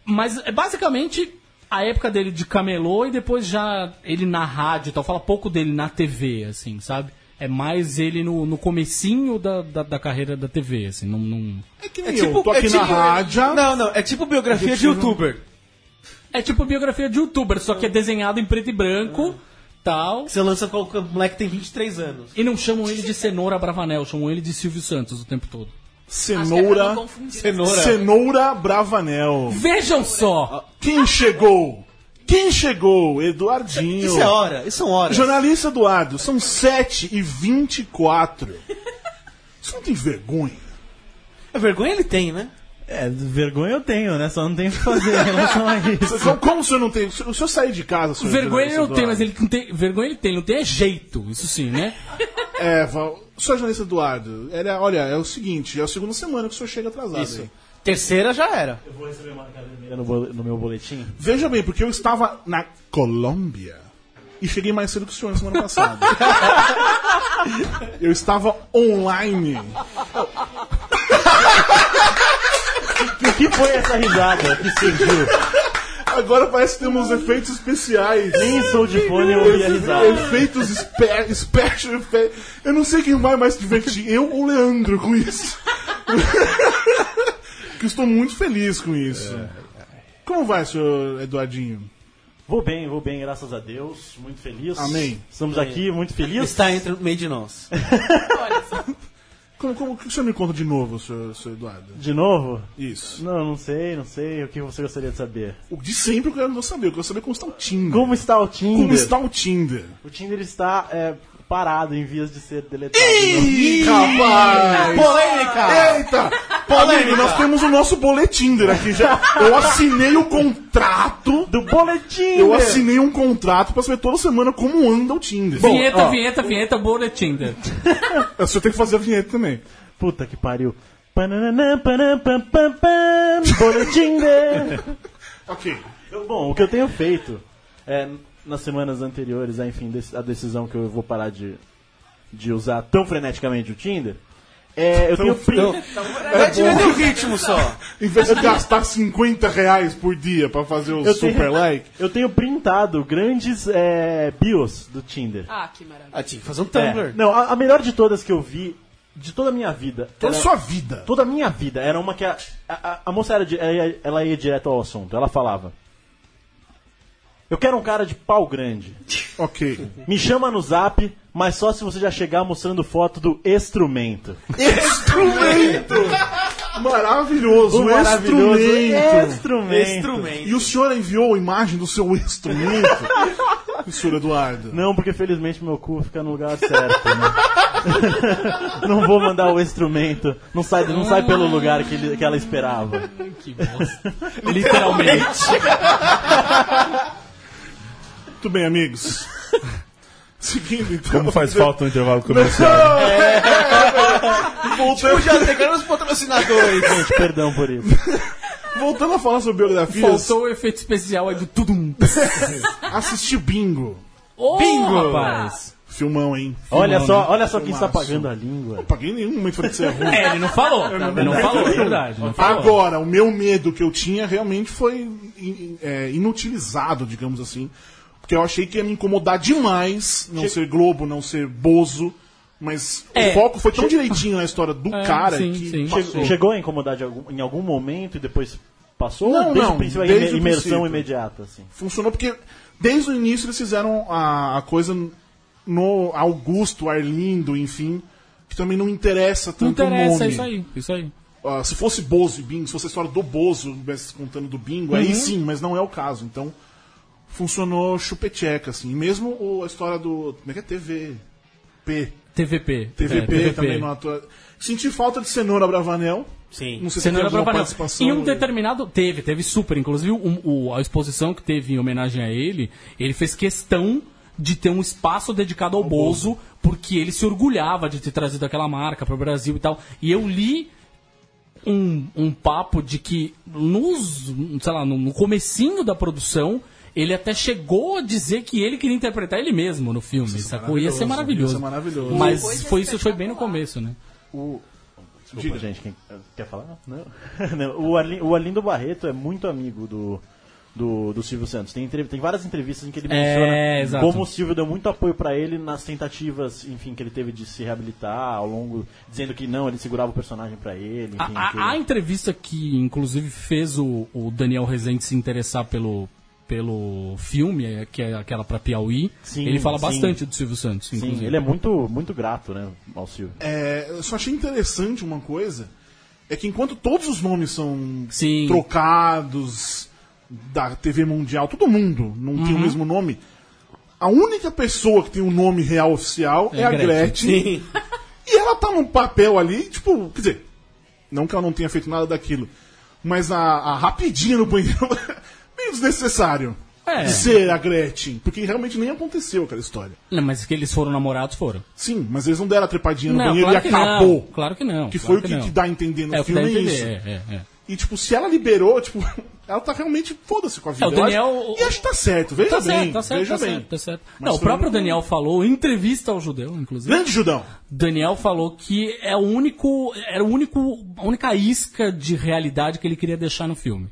B: mas é basicamente a época dele de camelô e depois já ele na rádio e tal. Fala pouco dele na TV, assim, sabe? É mais ele no, no comecinho da, da, da carreira da TV, assim, não... não-
A: É que nem eu. Tô aqui na rádio.
C: Não, não, é tipo biografia de youtuber.
B: É tipo biografia de youtuber, só que é desenhado em preto e branco, tal.
C: Você lança com o moleque que tem 23 anos.
B: E não chamam ele de Cenoura Bravanel, chamam ele de Silvio Santos o tempo todo.
E: Acho que é pra
A: Cenoura.
E: não confundir.
C: Cenoura.
A: Cenoura Bravanel.
B: Vejam só!
A: Quem chegou? Quem chegou? Eduardinho.
C: Isso é hora, isso são horas.
A: Jornalista Eduardo, são 7 e 24 Você não tem vergonha?
C: A vergonha ele tem, né?
F: É, vergonha eu tenho, né? Só não tenho o que fazer em relação a isso.
A: Então, como o senhor não tem. O senhor saiu de casa, senhor
B: Vergonha ele
A: jornalista
B: não tem, mas
A: Eduardo?
B: ele não tem. Vergonha ele tem, não tem é jeito, isso sim, né?
A: É, Val, senhor jornalista Eduardo, era, olha, é o seguinte, é a segunda semana que o senhor chega atrasado.
C: Isso.
A: aí.
C: Terceira já era.
F: Eu vou receber uma no, no meu boletim.
A: Veja bem, porque eu estava na Colômbia. e cheguei mais cedo que o senhor semana passada. Eu estava online.
D: O que foi essa risada que surgiu?
A: Agora parece que temos efeitos especiais.
D: Nem sou de fone eu ouvi a risada.
A: Efeitos espe- special effects. Eu não sei quem vai mais se divertir, eu ou o Leandro, com isso. que eu estou muito feliz com isso. Como vai, senhor Eduardinho?
G: Vou bem, vou bem, graças a Deus. Muito feliz.
A: Amém.
G: Estamos aqui, muito felizes.
C: Está entre o meio de nós.
A: Como, como, o que o senhor me conta de novo, senhor, senhor Eduardo?
G: De novo?
A: Isso.
G: Não, não sei, não sei. O que você gostaria de saber?
A: O de sempre eu quero saber. Eu quero saber como está o Tinder.
G: Como está o Tinder?
A: Como está o Tinder?
G: O Tinder está é, parado em vias de ser deletado.
A: Ih, rapaz!
C: Polêmica!
A: Eita! Polêmica, nós temos o nosso boletim aqui já. Eu assinei o contrato.
G: Do boletim!
A: Eu assinei um contrato pra saber toda semana como anda o Tinder.
B: vinheta,
A: ó,
B: vinheta, vinheta, boletim.
A: O senhor tem que fazer a vinheta também.
G: Puta que pariu. Pananã, panam, pam, pam, pam, boletim! né? de-
A: Ok.
G: Eu- Bom, o que eu tenho feito é, nas semanas anteriores, a, enfim, dec- a decisão que eu vou parar de, de usar tão freneticamente o Tinder, é, eu tenho... pri-
C: Vai diminuir o ritmo só.
A: Em vez de gastar 50 reais por dia pra fazer o
G: Eu tenho-
A: super like.
G: Eu tenho printado grandes é, bios do Tinder.
E: Ah, que maravilha.
C: Ah, tinha que fazer um
G: É, não, a, a melhor de todas que eu vi, de toda a minha vida.
A: Toda
G: era-
A: a sua vida.
G: toda a minha vida. Era uma que a, a, a- a moça era, di- ela ia- ela ia direto ao assunto. Ela falava: Eu quero um cara de pau grande.
A: Ok.
G: Me chama no zap, mas só se você já chegar mostrando foto do instrumento.
A: Instrumento! Maravilhoso,
G: é
A: um instrumento.
G: Instrumento.
A: E o senhor enviou a imagem do seu instrumento, senhor Eduardo?
G: Não, porque felizmente meu cu fica no lugar certo. Né? não vou mandar o instrumento. Não sai, não sai pelo lugar que, ele- que ela esperava.
B: Que bosta. Literalmente.
A: Muito bem, amigos. Seguindo, então.
D: Como faz falta um intervalo comercial.
C: Tipo, já pegaram os patrocinadores.
G: Gente, perdão por isso.
A: Voltando a falar sobre biografias,
B: Faltou o efeito especial aí do tudum.
A: assisti Bingo.
B: Oh, Bingo! Rapaz.
A: Filmão, hein?
G: Olha
B: Filmão,
A: né?
G: só, olha só quem
A: Filmaço.
G: está pagando a língua.
A: Não paguei nenhum momento pra dizer ruim.
B: É, ele não falou. Ele não falou, é verdade. Não falou.
A: Agora, o meu medo que eu tinha realmente foi in- é, inutilizado, digamos assim. Porque eu achei que ia me incomodar demais não ser Globo, não ser Bozo. Mas
B: É.
A: o foco foi tão direitinho na história do
B: É,
A: cara
B: sim,
A: que.
B: sim.
A: Che-
G: Chegou, chegou a incomodar de algum- em algum momento e depois passou?
A: Não,
G: desde
A: não,
G: o princípio a
A: desde
G: imer-
A: o
G: imersão
A: princípio.
G: imediata, assim.
A: Funcionou porque desde o início eles fizeram a, a coisa no Augusto, Arlindo, enfim. Que também não interessa
B: Não
A: tanto o
B: interessa,
A: nome.
B: é isso aí. Isso aí.
A: Ah, se fosse Bozo e Bingo, se fosse a história do Bozo mas contando do Bingo,
B: Uhum.
A: aí sim, mas não é o caso. Então, funcionou chupeteca, assim. E mesmo o- a história do. Como é que é? TV. P.
B: TVP.
A: TVP,
B: É, TVP.
A: também não atua. Senti falta de Cenoura Bravanel.
C: Sim.
A: Não sei se
B: Você não
A: tem
B: era pra
A: alguma
B: parar.
A: participação.
B: Em um determinado. Teve, teve super. Inclusive, um- o- a exposição que teve em homenagem a ele, ele fez questão de ter um espaço dedicado ao Bozo, porque ele se orgulhava de ter trazido aquela marca para o Brasil e tal. E eu li um, um papo de que nos, sei lá, no, no comecinho da produção, ele até chegou a dizer que ele queria interpretar ele mesmo no filme, sacou? Ia ser é maravilhoso.
A: Ia ser maravilhoso.
B: Mas
E: Depois ia
B: foi
E: ser
B: isso foi bem no
E: espetacular.
B: começo, né?
G: O...
A: Diga.
G: Desculpa, gente, quem quer falar? Não. Não, O, Arlin- o Arlindo Barreto é muito amigo do, do, do Silvio Santos. Tem, entrev- tem várias entrevistas em que ele
B: É,
G: menciona
B: exato.
G: como o Silvio deu muito apoio pra ele nas tentativas, enfim, que ele teve de se reabilitar ao longo, dizendo que não, ele segurava o personagem pra ele, enfim.
B: A,
G: que-
B: a- a entrevista que, inclusive, fez o, o Daniel Rezende se interessar pelo, pelo filme, é, que é aquela pra Piauí,
G: Sim,
B: ele fala
G: sim.
B: bastante do Silvio Santos,
G: Sim,
B: inclusive.
G: ele é muito, muito grato, né, ao Silvio.
A: É, eu só achei interessante uma coisa. É que enquanto todos os nomes são
B: Sim.
A: trocados da TV Mundial, todo mundo não tem o
B: Uhum.
A: mesmo nome. A única pessoa que tem um nome real oficial é,
B: É
A: a
B: Gretchen.
A: Gretchen. E ela tá num papel ali, tipo, quer dizer, não que ela não tenha feito nada daquilo, mas a, a rapidinha no banheiro meio desnecessário.
B: É.
A: de Ser a Gretchen, porque realmente nem aconteceu aquela história.
B: Não, mas que eles foram namorados, foram.
A: Sim, mas eles não deram a trepadinha no
B: Não,
A: banheiro
B: claro
A: e
B: que
A: acabou.
B: não. Claro que não.
A: Que
B: claro
A: foi o que,
B: não.
A: que dá a entender no
B: É o que dá
A: filme
B: a
A: é isso.
B: entender, é, é, é.
A: E, tipo, se ela liberou, tipo, Ela tá realmente foda-se com a vida.
B: É, o
A: Eu acho-
B: Daniel-
A: E acho que tá certo, veja
B: Tá
A: bem.
B: certo, tá certo,
A: veja
B: tá
A: bem.
B: certo, tá certo.
A: Mas
B: Não, o
A: foi
B: próprio
A: um-
B: Daniel falou, em entrevista ao judeu, inclusive.
A: Grande Judão.
B: Daniel falou que é o único, era o único, a única isca de realidade que ele queria deixar no filme.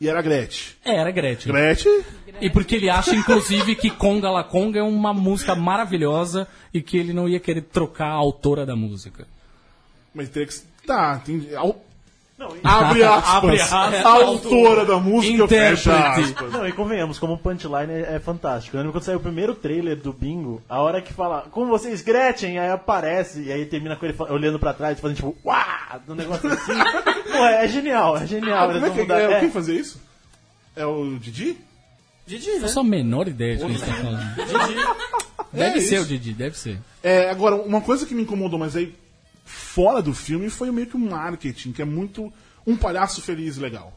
A: E era a Gretchen.
B: É, era Gretchen.
A: Gretchen,
B: E porque ele acha, inclusive, que Conga La Conga é uma música maravilhosa e que ele não ia querer trocar a autora da música.
A: mas teria que. Tá, entendi. Au- Abre aspas.
B: Abre aspas.
A: A autora da música
B: Intérprete.
A: fecha aspas.
G: Não, e convenhamos, como punchline é, é fantástico. Eu lembro quando saiu o primeiro trailer do Bingo, a hora que fala, como vocês, Gretchen, aí aparece, e aí termina com ele fa- olhando pra trás, fazendo tipo, uá, um negócio assim. Pô, é genial, é genial. eles
A: Como é
G: vão
A: que
G: mudar.
A: é?
G: É,
A: Quem fazia isso? É o Didi?
C: Didi, né?
B: Eu sou a menor ideia de quem está falando. Deve
A: É
B: ser
A: isso.
B: o Didi, deve ser.
A: É, agora, uma coisa que me incomodou, mas aí fora do filme, foi meio que o marketing, que é muito um palhaço feliz e legal.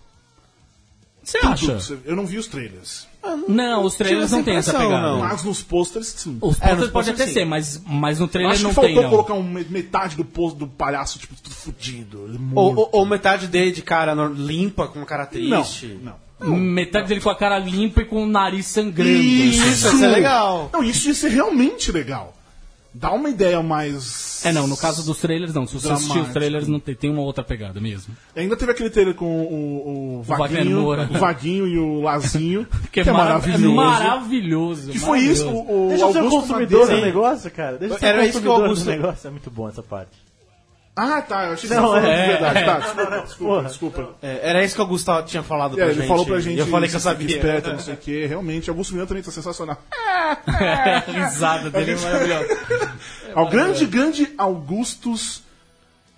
B: Você
A: Tudo
B: acha?
A: que você- Eu não vi os trailers.
B: Não, os trailers
C: essa
B: não têm essa
C: impressão,
B: pegada.
C: não.
A: Mas nos posters, sim.
B: Os
C: É,
B: posters
C: nos
B: pode
C: posters,
B: até
C: sim.
B: ser, mas, mas no trailer
A: Acho
B: não
A: que faltou
B: tem, não.
A: colocar um- metade do posto do palhaço, tipo, tudo fudido.
C: Ou,
A: morto.
C: ou- ou metade dele de cara no- limpa, com uma cara
A: Não,
C: triste.
A: não.
B: Metade dele com a cara limpa e com o nariz sangrando.
C: Isso, isso é legal.
A: Não, isso ia ser realmente legal. Dá uma ideia mais.
B: É, não, no caso dos trailers, não. Se você assistir os
A: Dramático.
B: trailers, não tem, tem uma outra pegada mesmo.
A: Ainda teve aquele trailer com o, o,
B: Wagner
A: Vaguinho, o,
B: Moura.
A: Vaguinho e o Lazinho, que,
B: Porque
A: é maravilhoso.
B: Maravilhoso.
A: Que foi isso?
B: maravilhoso.
A: O, o
G: Deixa eu ser o
A: Augusto
G: consumidor do
A: Madeira-
G: negócio, cara. Deixa eu ser
C: Era
G: o
C: isso que o
G: consumidor do
C: Augusto-
G: negócio. É muito bom essa parte.
A: Ah, tá. Eu achei que
G: Não,
A: você falou
G: é-
A: de verdade.
G: é.
A: Tá, desculpa, desculpa,
G: porra.
A: desculpa.
C: É, era isso que o Gustavo tinha falado
A: É,
C: pra
A: ele
C: gente.
A: falou pra gente.
C: Eu falei que eu
A: isso aqui,
C: sabia.
A: Esperto, não sei o quê. Realmente, Augusto Miranda também tá sensacional.
B: A risada dele é maravilhosa.
A: Ao grande, grande Augustus.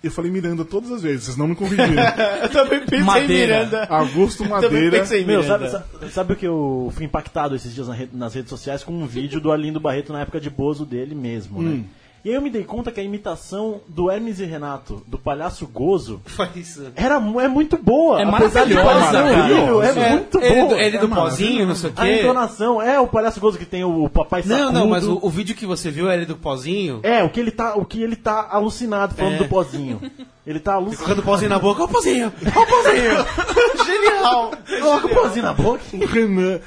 A: Eu falei Miranda todas as vezes, vocês não me corrigiram.
C: Eu também pensei
B: Madeira.
A: Augusto
C: Também
A: Madeira.
C: pensei em
G: Meu,
C: Miranda.
G: sabe, sa- sabe o que eu fui impactado esses dias na re- nas redes sociais com um vídeo do Arlindo Barreto na época de Bozo dele mesmo, né? E aí eu me dei conta que a imitação do Hermes e Renato, do palhaço Gozo,
C: Foi isso.
G: era, mu- é muito boa.
B: É
G: apesar de
B: maravilhosa,
G: parecer
B: cara.
G: horrível, É,
C: É,
G: muito
C: ele,
G: boa.
C: Ele
G: É
C: do
G: maravilhosa.
C: pozinho, não sei o
G: A
C: quê.
G: entonação, é o palhaço Gozo que tem o, o papai
C: Não,
G: sacudo.
C: não, mas o, o vídeo que você viu era ele do pozinho.
G: É, o que ele tá, o que ele tá alucinado falando
C: É.
G: do pozinho. Ele tá alucinado.
C: Colocando o pozinho na boca, ó o pozinho, ó o pozinho. Genial.
G: Coloca o pozinho na boca.
A: Renan.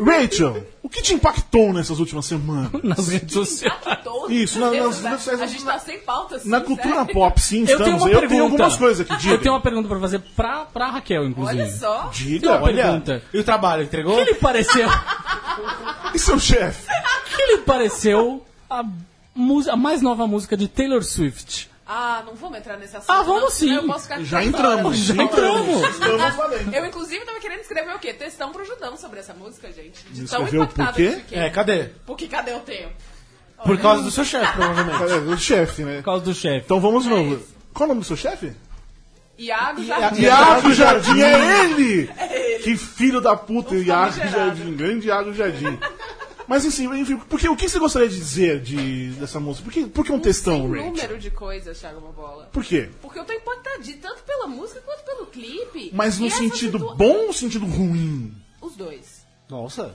A: Rachel, o que te impactou nessas últimas semanas?
B: Nas redes sociais.
E: Todo
A: Isso, na-
E: Deus,
A: nas- nas-
E: a gente tá sem pauta, assim,
A: Na
E: sério.
A: cultura pop, sim,
B: é. Eu
A: estamos.
B: tenho uma
A: eu
B: pergunta.
A: tenho algumas coisas aqui, diga.
B: Eu tenho uma pergunta pra fazer pra, pra Raquel, inclusive.
E: Olha só.
A: Diga,
B: Olha.
C: Olha,
B: Pergunta.
C: e o trabalho, entregou?
B: Que lhe pareceu,
A: e seu chefe?
B: que lhe pareceu a, mus- a mais nova música de Taylor Swift?
E: Ah, não vamos entrar nesse assunto.
B: Ah, vamos
E: não, senão
B: sim.
E: Eu posso ficar
A: Já
E: três
A: entramos.
E: horas.
B: Já entramos.
A: Estamos lá dentro.
E: Eu, inclusive, tava querendo escrever o quê? Textão pro Judão sobre essa música, gente. De tão
A: Escreveu
E: impactada
A: por quê?
E: que eu fiquei.
C: É, cadê?
E: Porque cadê o tempo?
C: Por causa do seu chefe, provavelmente.
A: É, O chefe, né?
B: Por causa do chefe.
A: Então vamos de
B: É
A: novo. Qual o nome do seu chefe?
E: Iago Jardim.
A: Iago Jardim, é ele!
E: É ele.
A: Que filho da puta, Iago
E: famigerado.
A: Jardim, grande Iago Jardim. Mas assim, enfim, porque, o que você gostaria de dizer de, dessa música? Por que, por que um textão,
E: Sem
A: Rachel?
E: número de coisas, Thiago Bobola.
A: Por quê?
E: Porque eu tô impactadinho tanto pela música quanto pelo clipe.
A: Mas
E: E
A: no
E: essa
A: sentido
E: situa-
A: bom ou sentido ruim?
E: Os dois.
C: Nossa.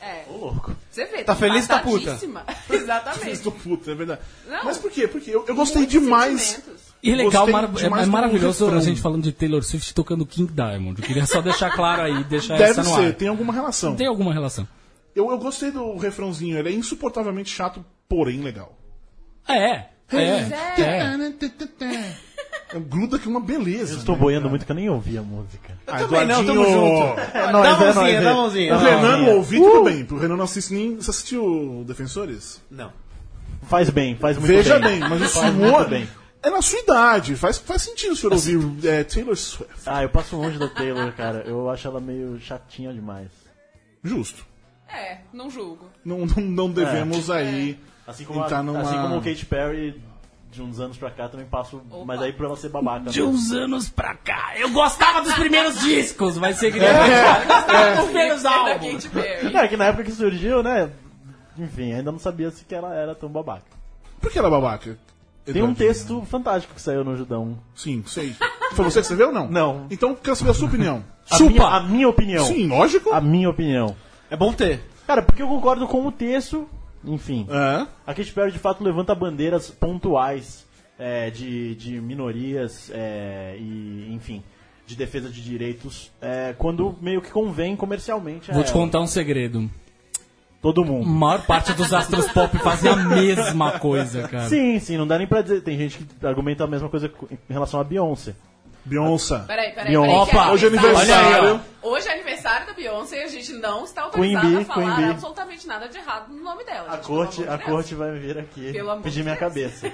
E: É. Ô, louco. Você vê.
C: Tá feliz, tá puta?
E: impactadíssima.
A: Filhos
E: Exatamente.
A: do puta, é verdade.
E: Tá Não.
A: Mas por quê? Porque eu, eu gostei
E: Muitos
A: demais.
E: sentimentos.
B: E é legal,
A: Gostei
B: mara-
A: demais
B: é,
A: do
B: é maravilhoso
A: refrão.
B: a gente falando de Taylor Swift tocando King Diamond. Eu queria só deixar claro aí, deixar
A: Deve
B: essa no
A: ser,
B: ar.
A: tem alguma relação.
B: Tem alguma relação?
A: Eu, eu gostei do refrãozinho, ele é insuportavelmente chato, porém legal.
B: É, é, é.
A: Gruda que é uma beleza.
G: Estou
A: né,
G: boiando
A: cara?
G: muito que eu nem ouvi a música.
A: Ah,
C: também não, tamo
A: Eduardinho.
G: É
C: dá a
G: nóis, é
C: mãozinha,
G: nóis,
C: dá a
G: é.
A: O
C: mãozinha. dá a
A: Renan não
C: mãozinha.
A: ouvi, tudo bem. O Renan não assiste nem. Você assistiu Defensores?
C: Não.
G: Faz bem, faz muito
A: Veja
G: bem.
A: bem, mas o
G: Faz muito
A: senhor.
G: bem.
A: É na sua idade, faz, faz sentido o senhor ouvir é, Taylor Swift.
G: Ah, eu passo longe da Taylor, cara. Eu acho ela meio chatinha demais.
A: Justo.
E: É, não julgo.
A: Não, não, não devemos aí.
G: Assim como, a-
A: Entrar numa-
G: assim como o Katy Perry, de uns anos pra cá, também passo. Mas aí pra ela ser babaca.
B: De
G: né?
B: uns anos pra cá. Eu gostava dos primeiros discos, mas
A: É,
B: você queria os primeiros
E: É da
B: álbuns.
E: Katy Perry.
G: É, que na época que surgiu, né? Enfim, ainda não sabia se que ela era tão babaca.
A: Por que ela é babaca?
G: Tem um
A: Eduardinho?
G: texto fantástico que saiu no Judão.
A: Sim, sei. Foi você que escreveu ou não?
G: Não.
A: Então quero saber a sua opinião.
G: A
B: Chupa!
G: minha- a minha opinião.
A: Sim, lógico.
G: A minha opinião.
C: É bom ter.
G: Cara, porque eu concordo com o texto, enfim.
A: É.
G: A Katy Perry de fato levanta bandeiras pontuais é, de, de minorias é, e enfim. de defesa de direitos, é, quando meio que convém comercialmente a
B: Vou te
G: ela.
B: contar um segredo.
G: todo
B: A
G: mundo.
B: maior parte dos astros pop fazem a mesma coisa, cara.
G: Sim, sim, não dá nem pra dizer. Tem gente que argumenta a mesma coisa co- em relação à Beyoncé.
A: Beyoncé.
E: Peraí, peraí, peraí.
G: Beyoncé.
E: que
B: Opa,
A: hoje é aniversário.
B: Olha aí,
E: Hoje é aniversário da Beyoncé e a gente não está
G: Queen
E: autorizado
G: Bee,
E: a falar
G: Queen Bee.
E: absolutamente nada de errado no nome dela.
G: A
E: gente,
G: corte,
E: pelo amor
G: a
E: de Deus.
G: corte vai vir aqui
E: Pelo amor
G: pedir
E: de
G: minha
E: Deus.
G: cabeça.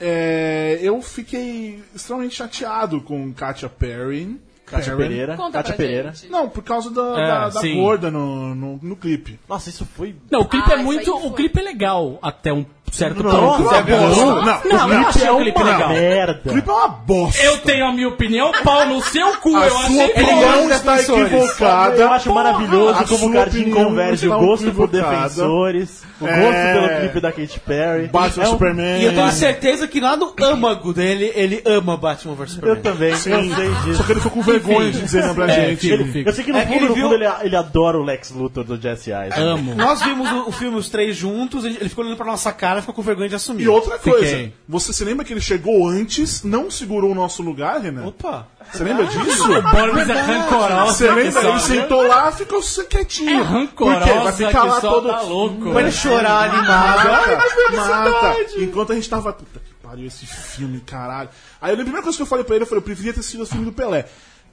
A: É, eu fiquei extremamente chateado com Katia Perry.
G: Cátia
A: Perry.
G: Pereira.
E: Conta
G: Cátia
E: pra
G: Pereira.
E: gente.
A: Não, por causa da,
B: É,
A: da, da
B: sim.
A: gorda no, no, no clipe.
G: Nossa, isso foi.
B: Não, o clipe
E: Ah,
B: é
E: isso
B: muito.
E: aí foi.
B: O clipe é legal até um certo
G: Não,
B: ponto.
G: não é bom.
A: Não, é não,
B: não, eu não achei o clipe
A: não.
B: legal.
A: O
G: é Merda.
A: clipe é uma bosta.
B: Eu tenho a minha opinião, pau no seu cu, eu
A: a sua
B: achei bom.
A: opinião está equivocada.
G: é Eu acho maravilhoso
A: A
G: como
A: sua
G: o Cardin
A: opinião
G: converge
A: está
G: o gosto por
A: equivocada.
G: defensores, o gosto
A: É.
G: pelo clipe da Katy Perry.
A: Batman
G: É um-
A: Superman.
C: E eu tenho certeza que lá no âmago dele, ele ama Batman vs
G: Eu
C: Superman.
G: também, eu
A: Sim.
G: sei disso.
A: Só que ele ficou com vergonha de dizer né, pra
B: É,
A: gente.
B: fica,
G: Eu
B: fica.
G: sei que no
C: É que
G: fundo,
C: ele
G: no
C: viu-
G: fundo, ele, ele adora o Lex Luthor do Jesse Eisenberg.
B: Amo.
C: Nós vimos o, o filme os três juntos, ele ele ficou olhando pra nossa cara, ficou com vergonha de assumir.
A: E outra
B: Fiquei.
A: coisa, você se lembra que ele chegou antes, não segurou o nosso lugar, Renan?
C: Opa!
A: Você lembra
B: Ah,
A: disso?
B: O Boris é rancoroso.
A: Você lembra?
B: pessoal.
A: Ele sentou lá, ficou quietinho.
B: É rancorosa
A: Por quê? Vai ficar
B: que
A: lá
B: só
A: todo...
B: tá louco.
C: Pra ele chorar animado.
A: Mata,
C: Ai,
A: mata. Enquanto a gente tava. Puta que pariu esse filme, caralho. Aí eu lembro, a primeira coisa que eu falei pra ele, eu falei, eu preferia ter sido o filme do Pelé.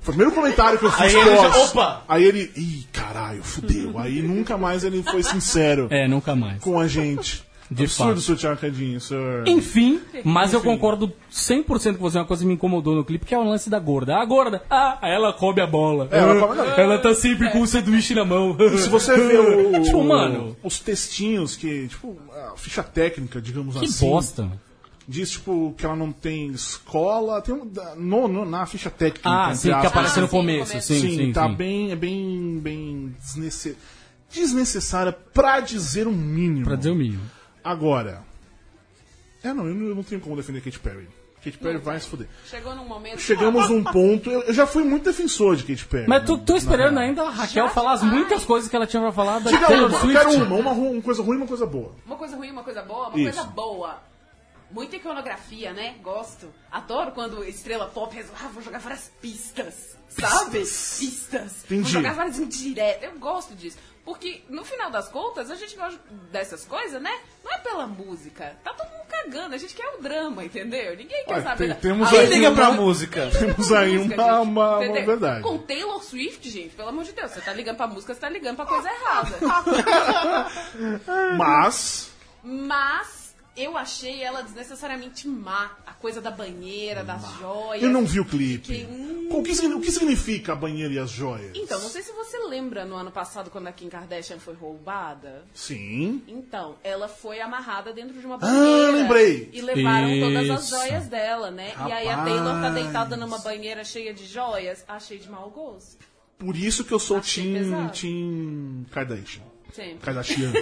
A: Foi o primeiro comentário que eu fiz
C: Aí ele já,
A: pós.
C: opa!
A: Aí ele, ih, caralho, fudeu. Aí nunca mais ele foi sincero
B: É, nunca mais.
A: com a gente.
B: De
A: Absurdo,
B: fato.
A: seu Thiago Cadinho, senhor.
B: Enfim, mas eu concordo 100% com você. Uma coisa que me incomodou no clipe, que é o lance da gorda. A gorda, ah, aí ela come a bola.
A: É, ela come a bola.
B: Ela tá sempre com o sanduíche na mão.
A: E se você vê o,
B: Tipo, mano.
A: os textinhos que, tipo, a ficha técnica, digamos
B: Que
A: assim,
B: bosta.
A: diz, tipo, que ela não tem escola, tem um, no, no- na ficha técnica.
B: Ah,
A: entre
B: sim, que
A: aspas, assim,
B: aparece no
E: sim, no
B: começo.
E: começo.
B: Sim,
A: Sim,
B: sim,
A: tá
B: sim.
A: bem, é bem, bem desnece- desnecessária pra dizer o mínimo.
B: Pra dizer um- o mínimo.
A: Agora, é não, eu não, eu não tenho como defender Kate Perry. Kate Perry vai se foder.
E: Chegou num momento.
A: Chegamos num ponto, eu, eu já fui muito defensor de Kate Perry. né?
B: Mas tô, tô esperando ainda a Raquel falar as muitas coisas que ela tinha pra falar da
A: tá. Diga
B: Taylor
A: uma, eu
B: Swift.
A: quero uma, uma, ru- uma coisa ruim, uma coisa boa.
E: Uma coisa ruim, uma coisa boa, uma
A: Isso.
E: coisa boa. Muita iconografia, né? Gosto. Adoro quando estrela pop resolve, ah, vou jogar várias pistas, sabe? Pistas.
A: Entendi.
E: Vou jogar várias indiretas. Eu gosto disso. Porque, no final das contas, a gente gosta dessas coisas, né? Não é pela música. Tá todo mundo cagando. A gente quer o drama, entendeu? Ninguém quer
A: Olha,
E: saber.
A: tem-
E: da-
A: temos
E: Além
A: aí
E: de-
C: Liga pra música.
A: Temos aí
E: música,
A: uma,
E: gente,
A: uma, uma
E: entendeu?
A: verdade.
E: Com Taylor Swift, gente, pelo amor de Deus, você tá ligando pra música, você tá ligando pra coisa errada.
A: Mas,
E: Mas eu achei ela desnecessariamente má. A coisa da banheira, das joias.
A: eu não vi o clipe.
E: Que- é assim, hum.
A: O que, signi- o que significa a banheira e as joias?
E: Então, não sei se você lembra no ano passado quando a Kim Kardashian foi roubada.
A: Sim.
E: Então, ela foi amarrada dentro de uma
A: Ah,
E: banheira.
A: lembrei.
E: E levaram todas as
B: Isso.
E: joias dela, né? E aí a
A: Rapaz.
E: Taylor tá deitada numa banheira cheia de joias. Achei de mau gosto.
A: Por isso que eu sou
E: Achei
A: Team,
E: pesado.
A: team Kardashian.
E: Sempre.
A: Kardashian.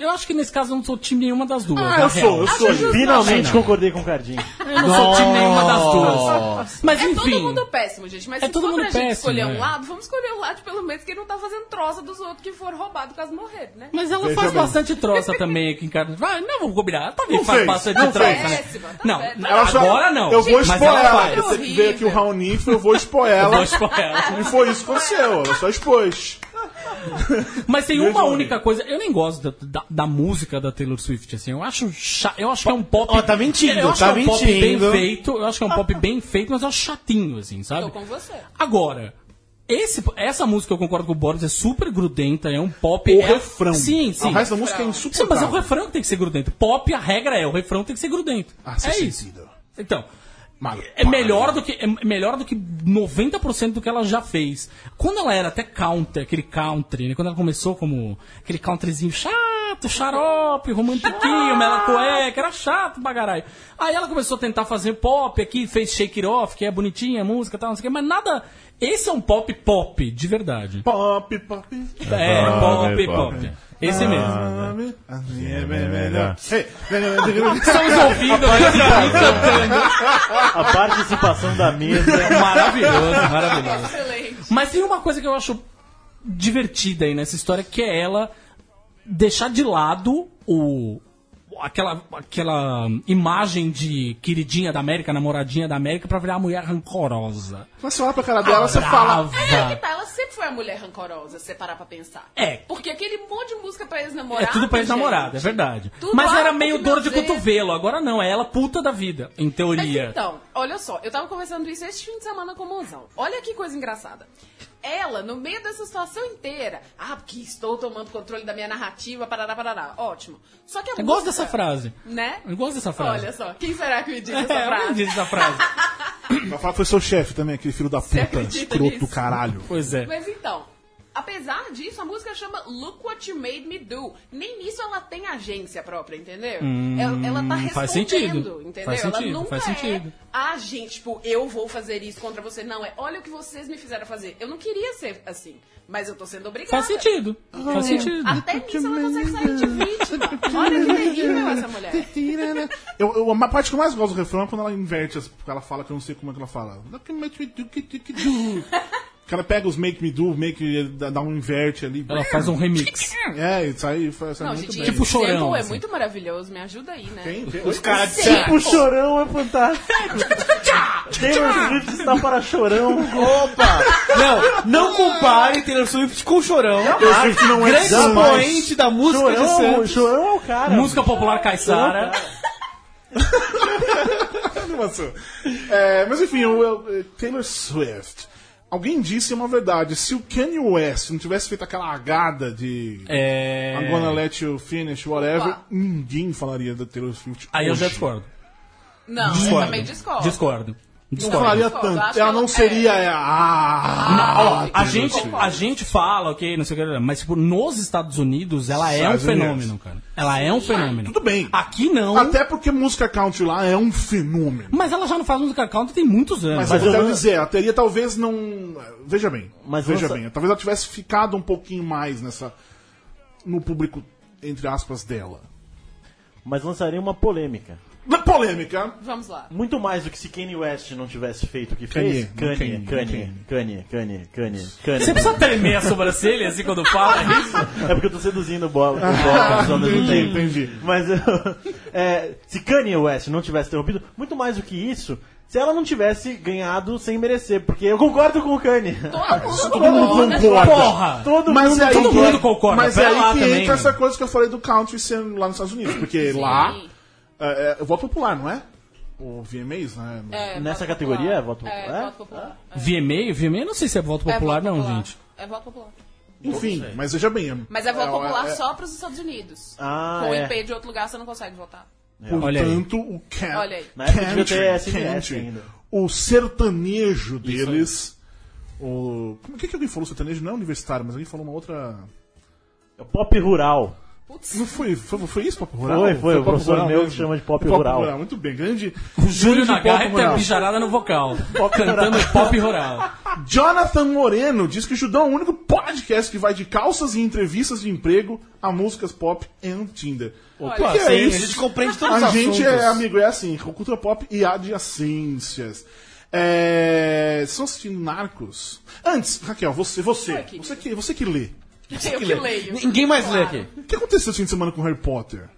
B: Eu acho que nesse caso eu não sou time nenhuma das duas.
A: ah,
B: na
A: eu
B: real.
A: sou, eu sou.
G: Finalmente concordei com o Cardinho.
B: Eu não sou time nenhuma das duas. Mas
E: É todo
B: enfim.
E: mundo péssimo, gente. Mas
B: É
E: se
B: todo
E: for pra
B: mundo
E: gente
B: péssimo,
E: escolher
B: é.
E: um lado, vamos escolher o lado pelo menos que não tá fazendo troça dos outros que foram roubados caso morrer, né?
B: Mas ela
A: Veja
B: faz
A: bem.
B: bastante troça também aqui em casa. Vai, não, vamos combinar. Ela também
A: Não
B: faz
A: fez,
B: bastante
A: não
B: troça.
A: fez.
B: né?
E: Péssima, tá
B: não,
E: péssima.
A: Ela só-
B: agora não.
A: Eu vou
B: mas
A: expor
B: ela
A: ela.
B: faz.
A: Eu
E: Horrível.
A: sei que veio aqui o Raonife, eu vou expor ela.
B: Vou expor ela.
A: E foi isso que aconteceu, ela só expôs.
B: Mas tem
A: Grande
B: uma
A: homem.
B: única coisa, eu nem gosto da, da- da música da Taylor Swift, assim, eu acho cha- eu acho que é um pop...
C: Ó, tá mentindo,
B: eu acho
C: tá
B: que é um pop bem
C: mentindo.
B: feito, eu acho que é um pop bem feito, mas eu acho chatinho, assim,
E: Tô
B: sabe?
E: com você.
B: Agora, esse, essa música eu concordo com o Boris, é super grudenta, é um pop...
A: O
B: é-
A: refrão.
B: Sim,
A: O
B: sim.
A: resto da música é
B: Sim, mas é o
A: insuportável.
B: refrão que tem que ser grudento. Pop, a regra é, o refrão tem que ser grudento.
A: Ah,
B: é
A: sem
B: isso.
A: sentido.
B: Então,
A: Mano,
B: é melhor do que é melhor do que 90% do que ela já fez. Quando ela era até country, aquele country, né? Quando ela começou como aquele countryzinho chato, xarope, romantiquinho, mela cueca, era chato pra caralho. Aí ela começou a tentar fazer pop aqui, fez Shake It Off, que é bonitinha a música e tal, não sei o que, mas nada... Esse é um pop pop, de verdade.
A: Pop, pop.
B: É, Ah.
D: Ah,
B: pop,
D: é
B: pop.
D: pop.
B: Esse mesmo.
A: É,
D: É
A: mesmo.
B: Estamos ouvindo esse vídeo cantando.
G: A participação da mesa.
B: Maravilhoso, maravilhoso.
E: Excelente.
B: Mas tem uma coisa que eu acho divertida aí nessa história, que é ela deixar de lado o, aquela, aquela imagem de queridinha da América, namoradinha da América, pra virar a mulher rancorosa.
A: Mas você olha pra cara dela, você fala.
E: Mas é que tá, ela sempre foi a mulher rancorosa, se você parar pra pensar.
B: É.
E: Porque aquele monte de música pra
B: É
E: ex-namorado.
B: tudo pra ex-namorada, é
E: gente.
B: verdade.
E: Tudo
B: Mas era
E: alto
B: meio
E: que
B: dor de
E: meu dedo.
B: cotovelo, agora não, é ela puta da vida, em
E: Mas
B: teoria.
E: então, olha só, eu tava conversando isso este fim de semana com o Monzão. Olha que coisa engraçada. Ela, no meio dessa situação inteira, ah, porque estou tomando controle da minha narrativa, parará, parará. Ótimo. Só que a
B: Eu
E: música,
B: gosto dessa frase.
E: Né?
B: Eu gosto dessa frase.
E: Olha só, quem será que me diz essa
B: É, eu
E: frase?
B: aprendi essa frase.
A: Vai falar que foi seu chefe também, aquele filho da puta,
E: acredita
A: escroto
E: nisso?
A: do caralho.
B: Pois é.
E: Mas então, apesar disso, a música chama Look What You Made Me Do. Nem nisso ela tem agência própria, entendeu? ela, ela tá respondendo,
B: Hum, faz sentido.
E: entendeu?
B: Faz
E: ela
B: sentido,
E: nunca
B: faz sentido.
E: é a gente, tipo, eu vou fazer isso contra você. Não, é olha o que vocês me fizeram fazer. Eu não queria ser assim, mas eu tô sendo obrigada.
B: Faz sentido.
E: é.
B: Faz sentido.
E: Até nisso ela consegue sair de vítima. Olha que terrível essa mulher.
A: né? Eu, eu, a parte que eu mais gosto do refrão é quando ela inverte, as- porque ela fala que eu não sei como é que ela fala. Look at me do, que do, que do. Que ela pega os make me do, make dá dá um inverte ali.
B: Ela faz um remix.
A: É, isso aí foi, sai
E: Não,
A: muito
E: gente,
A: bem.
E: esse
B: Tipo chorão,
E: exemplo É
B: assim.
E: muito maravilhoso, me ajuda aí, né?
A: Tem- tem-
C: Os caras disseram.
G: Tipo, chorão é fantástico. Taylor Swift está para chorão.
C: Não, não compare Taylor Swift com o Chorão.
A: Taylor Swift não é
C: Grande
A: samba, mas-
C: expoente da música de
G: Chorão,
C: Santos.
G: chorão é o cara.
B: Música popular caiçara.
A: Animação. É, mas enfim, eu, eu- Taylor Swift. Alguém disse uma verdade. Se o Kanye West não tivesse feito aquela agada de
B: É...
A: I'm gonna let you finish, whatever,
E: Opa.
A: ninguém falaria da Taylor Swift.
B: Aí eu
A: hoje.
B: já discordo.
E: Não, eu
B: Discordo.
E: também discordo.
B: Discordo.
A: Não
B: Discordo.
A: falaria
E: Discordo, acho
A: tanto.
E: que
A: Ela
E: ela- é.
A: não seria. Ah,
E: Ah,
B: A
E: eu
B: gente,
E: concordo.
B: a gente fala, ok, não sei o que, mas tipo, nos Estados Unidos ela é um
A: Estados Unidos.
B: fenômeno, cara. Ela é um fenômeno.
A: tudo bem.
B: Aqui não.
A: Até porque música country lá é um fenômeno.
B: Mas ela já não faz música country tem muitos anos.
A: Mas,
G: Mas
A: eu
G: eu
A: quero
G: não-
A: dizer, a teria talvez não. Veja bem.
G: Mas
A: veja
G: lança-
A: bem. Talvez ela tivesse ficado um pouquinho mais nessa. no público, entre aspas, dela.
G: Mas lançaria uma polêmica.
A: Na polêmica.
E: Vamos lá.
G: Muito mais do que se Kanye West não tivesse feito o que
A: Kanye,
G: fez.
A: não
G: Kanye,
A: Kanye,
G: Kanye, Kanye, Kanye, Kanye,
B: Você
G: Kanye.
B: precisa tremer a sobrancelha assim quando fala isso?
G: É porque eu tô seduzindo o bola, o bola ao mesmo
A: entendi,
G: tempo.
A: entendi.
G: Mas eu, é, se Kanye West não tivesse interrompido, muito mais do que isso, se ela não tivesse ganhado sem merecer, porque eu concordo com o Kanye.
E: Todo
A: Todo mundo
E: mundo
A: concorda.
B: Porra!
G: Todo
A: Mas é
G: mundo
A: aí,
B: todo mundo concorda,
A: Mas é
B: vai
A: aí
B: lá
A: que
B: também,
A: entra
B: mano.
A: essa coisa que eu falei do country sendo lá nos Estados Unidos. Porque lá. É, é, o voto popular, não é? O VMAs, né?
E: É,
G: Nessa
E: voto
G: categoria é
E: popular.
G: voto popular?
E: É, voto popular.
B: VMA, VMA não sei se é voto
E: É
B: popular,
E: voto
B: não,
E: popular.
B: gente.
E: É voto popular.
A: Enfim, mas veja bem. é-
E: Mas é voto
A: é-
E: popular
A: é-
E: só pros Estados Unidos.
G: Ah,
E: Com
G: é.
E: IP de outro lugar, você não consegue votar.
B: Olha aí.
A: Portanto, o can
E: Olha aí.
G: Na época devia
A: country,
G: ter SMS
A: country,
G: ainda.
A: o sertanejo deles. O. Como que, que alguém falou sertanejo? Não é universitário, mas alguém falou uma outra.
G: é Pop rural.
E: Putz.
A: Não foi, foi, foi isso, Papo Rural?
G: Foi, foi, o
A: Papo
G: professor
A: Rural
G: meu que
A: mesmo.
G: chama de Pop Rural. é
A: Muito bem, grande.
B: O Júlio
A: grande
B: Nagai
A: Pop
B: tem a
A: Rural.
B: pijarada no vocal, cantando pop rural.
A: Jonathan Moreno diz que o Judão é o único podcast que vai de calças e entrevistas de emprego a músicas pop and Tinder.
E: Olha,
A: Porque
C: Sim,
A: é
C: a gente
A: isso.
C: compreende todos os
A: A gente é
C: assuntos.
A: amigo, é assim, cultura pop e adjacências. É... São assistindo Narcos. Antes, Raquel, você, você,
E: Oi, querido.
A: você que, você que lê.
E: eu que leio.
C: Ninguém mais lê
E: Claro.
C: aqui.
A: O que aconteceu esse fim de semana com Harry Potter?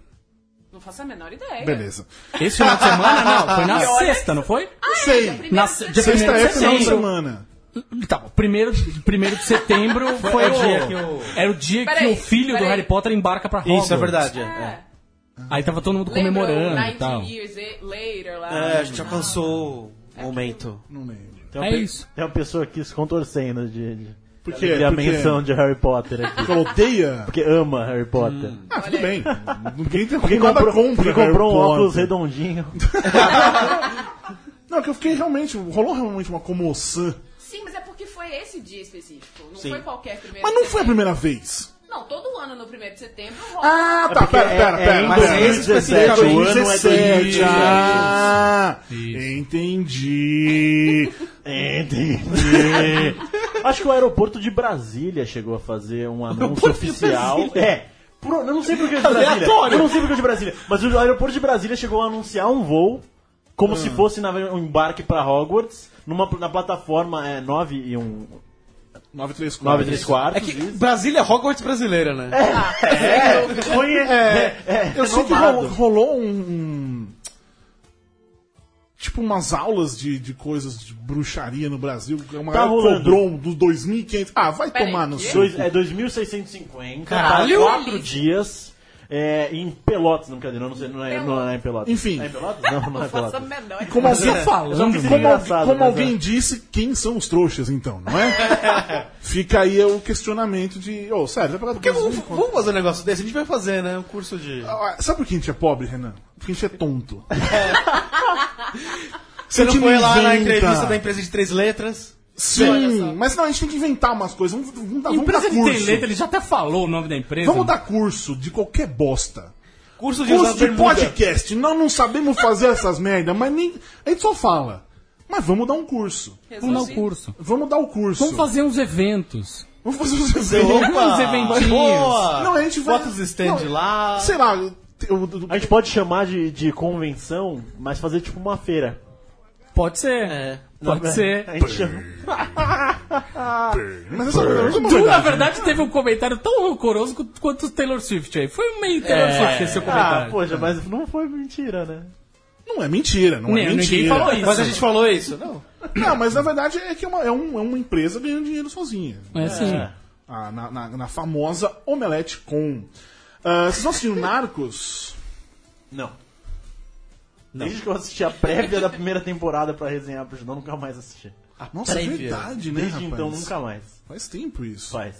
E: Não faço a menor ideia.
A: Beleza.
B: Esse final de semana, não, foi na
E: E olha-
B: sexta, não foi?
C: Ah,
A: Não
C: é,
A: sei.
B: Na, se- dia
A: Sexta
B: primeiro
A: é
B: de
A: final de
B: setembro.
A: semana.
B: Tá, bom, primeiro, primeiro de setembro foi,
C: é
B: o
C: o
B: dia
C: dia
B: que
C: que
B: o... Era o dia que
E: Peraí,
B: o filho do
E: peraí.
B: Harry Potter embarca pra Hogwarts.
C: Isso, é verdade. É.
E: É.
B: Aí tava todo mundo
E: Lembrou
B: comemorando e
E: 90
B: tal.
E: Years e- Later lá.
C: É, a gente alcançou o momento.
A: Não lembro.
G: Tem uma
B: É
G: pe-
B: isso.
G: Tem uma pessoa aqui se contorcendo de, de,
A: Por
G: de
A: quê?
G: a
A: Porque-
G: menção de Harry Potter aqui.
A: Porque ela odeia?
G: Porque ama Harry Potter.
A: Ah, tudo bem. Ninguém tem
G: Porque
A: nada
G: comprou,
A: contra
G: porque
A: Harry
G: comprou um
A: Potter.
G: óculos redondinho.
A: Não, que eu fiquei realmente. Rolou realmente uma comoção.
E: Sim, mas é porque foi esse dia específico. Não foi qualquer primeiro
A: Mas não
E: de
A: foi a primeira
E: setembro.
A: vez.
E: Não, todo ano no primeiro de setembro rola.
A: Ah, tá. Pera,
G: é-
A: pera,
G: é
A: pera.
G: em
A: pera.
G: 2017,
A: Cara,
G: o ano é
A: 2017.
G: 2017.
A: Ah, entendi.
G: Entendi. Acho que o aeroporto de Brasília chegou a fazer um anúncio
A: aeroporto de
G: oficial.
A: Brasília?
G: É. Pro- eu não sei porque é de Brasília. Eu não sei porque é de Brasília. Mas o aeroporto de Brasília chegou a anunciar um voo como
A: Ah.
G: se fosse na- um embarque pra Hogwarts numa, na plataforma é, 9 e 1.
A: 934.
G: 9 quartos.
C: É que Brasília é Hogwarts brasileira, né?
G: Conhe-
A: É, eu sei que
G: renovado.
A: ro- rolou um, um- Tipo, umas aulas de, de coisas de bruxaria no Brasil. que Uma
G: Tá
A: galera
G: rolando.
A: cobrou um dos 2.500. Ah, vai
E: Peraí,
A: tomar no
E: quê?
A: seu.
G: Dois, é 2.650.
C: Caralho!
G: Para tá? quatro dias. É, em Pelotas, não, cadê? Não, sei, não, é, não é em Pelotas.
A: Enfim.
G: É em Pelotas? Não, não é
E: Não
G: em
E: faço a
G: Pelotas.
E: menor ideia.
A: Como alguém,
B: falando,
A: como,
G: menino?
A: como,
G: Engraçado,
A: como
G: mas
C: é.
A: alguém disse, quem são os trouxas, então, não é? Fica aí o questionamento de. Ô, sério, vai pagar
C: Porque vamos,
A: 2.500?
C: vamos fazer um negócio desse? A gente vai fazer, né? Um curso de.
A: Ah, Sabe por que a gente é pobre, Renan? Porque a gente é tonto.
C: Você não foi lá na
A: inventa.
C: entrevista da empresa de três letras?
A: Sim, mas não, a gente tem que inventar umas coisas. Vamos, vamos dar, vamos dar
B: Empresa que tem
A: curso.
B: letra, ele já até falou o nome da empresa.
A: Vamos dar curso de qualquer bosta.
C: Curso de usar
A: Curso de
C: bermuda.
A: podcast. Nós não sabemos fazer essas merdas, mas nem. A gente só fala. Mas vamos dar um curso.
B: Vamos dar o curso.
A: Vamos dar o curso.
B: Vamos fazer uns eventos.
A: Vamos fazer os
C: Opa!
A: eventos.
B: Uns eventinhos.
C: Boa!
A: Não, a gente vai-
C: Bota os stand
A: Não,
C: lá.
A: Sei lá. eu- eu-
G: A gente pode chamar de, de convenção, mas fazer tipo uma feira.
B: Pode ser.
C: É.
B: Pode
G: Não,
B: ser.
G: A gente chama...
A: Mas essa essa é uma
B: Tu, na
A: verdade.
B: verdade, teve um comentário tão rancoroso qu- quanto o Taylor Swift aí. Foi meio Taylor Swift esse seu
G: Ah,
B: comentário.
G: poxa, mas não foi mentira, né?
A: Não é mentira, não é
B: Nem-
A: mentira.
B: ninguém falou isso.
C: Mas a gente falou É isso? Não.
A: Não, mas na verdade é que é uma, é um- é uma empresa ganhando dinheiro sozinha.
B: É sim.
A: Ah, na, na- na famosa Omelete Com. Ah, vocês estão assistindo Narcos?
G: Não. Desde que eu assisti a prévia da primeira temporada pra resenhar pro Judão, nunca mais assisti.
A: Nossa, é
C: prévia.
A: verdade, né,
G: Desde
A: rapaz?
G: então, nunca mais.
A: Faz tempo isso.
G: Faz.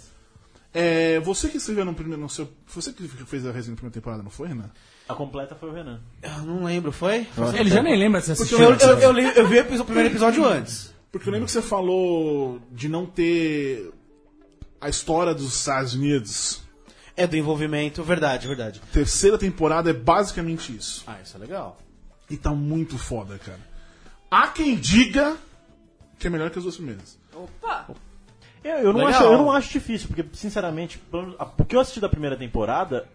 A: É, você que escreveu no primeiro. No seu, você que fez a resenha na primeira temporada, não foi, Renan?
G: A completa foi o Renan.
C: Eu não lembro, foi?
B: Ele já nem lembra se assistiu.
C: Eu, eu, eu, eu, li- eu vi o episo- o primeiro episódio antes.
A: Porque eu lembro que você falou de não ter a história dos Estados Unidos.
C: É do envolvimento, verdade, verdade.
A: Terceira temporada é basicamente isso.
C: Ah, isso é legal.
A: E tá muito foda, cara. Há quem diga que é melhor que as duas primeiras.
E: Opa!
G: É, Eu, eu não
C: Legal.
G: acho, eu não acho difícil, porque, sinceramente, pelo menos, a- o que eu assisti da primeira temporada,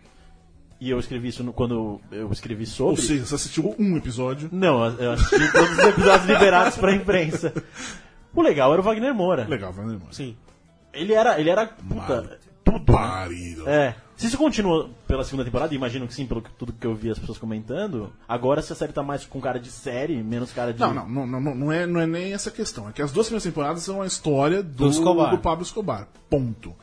G: e eu escrevi isso no- quando eu escrevi
A: Ou
G: sobre.
A: seja, você assistiu um episódio.
G: Não, eu- eu assisti todos os episódios liberados pra imprensa. O legal era o Wagner Moura.
A: Legal, vai lembrar.
G: Sim. Ele era. Ele era. Puta. Tudo. né?
A: Parido.
G: É. Se isso continua pela segunda temporada, e imagino que sim, pelo que- tudo que eu vi as pessoas comentando, agora se a série tá mais com cara de série, menos cara de.
A: Não, não, não, não, não, é, não é nem essa questão. É que as duas primeiras temporadas são a história do,
C: Do Escobar.
A: do Pablo Escobar. Ponto.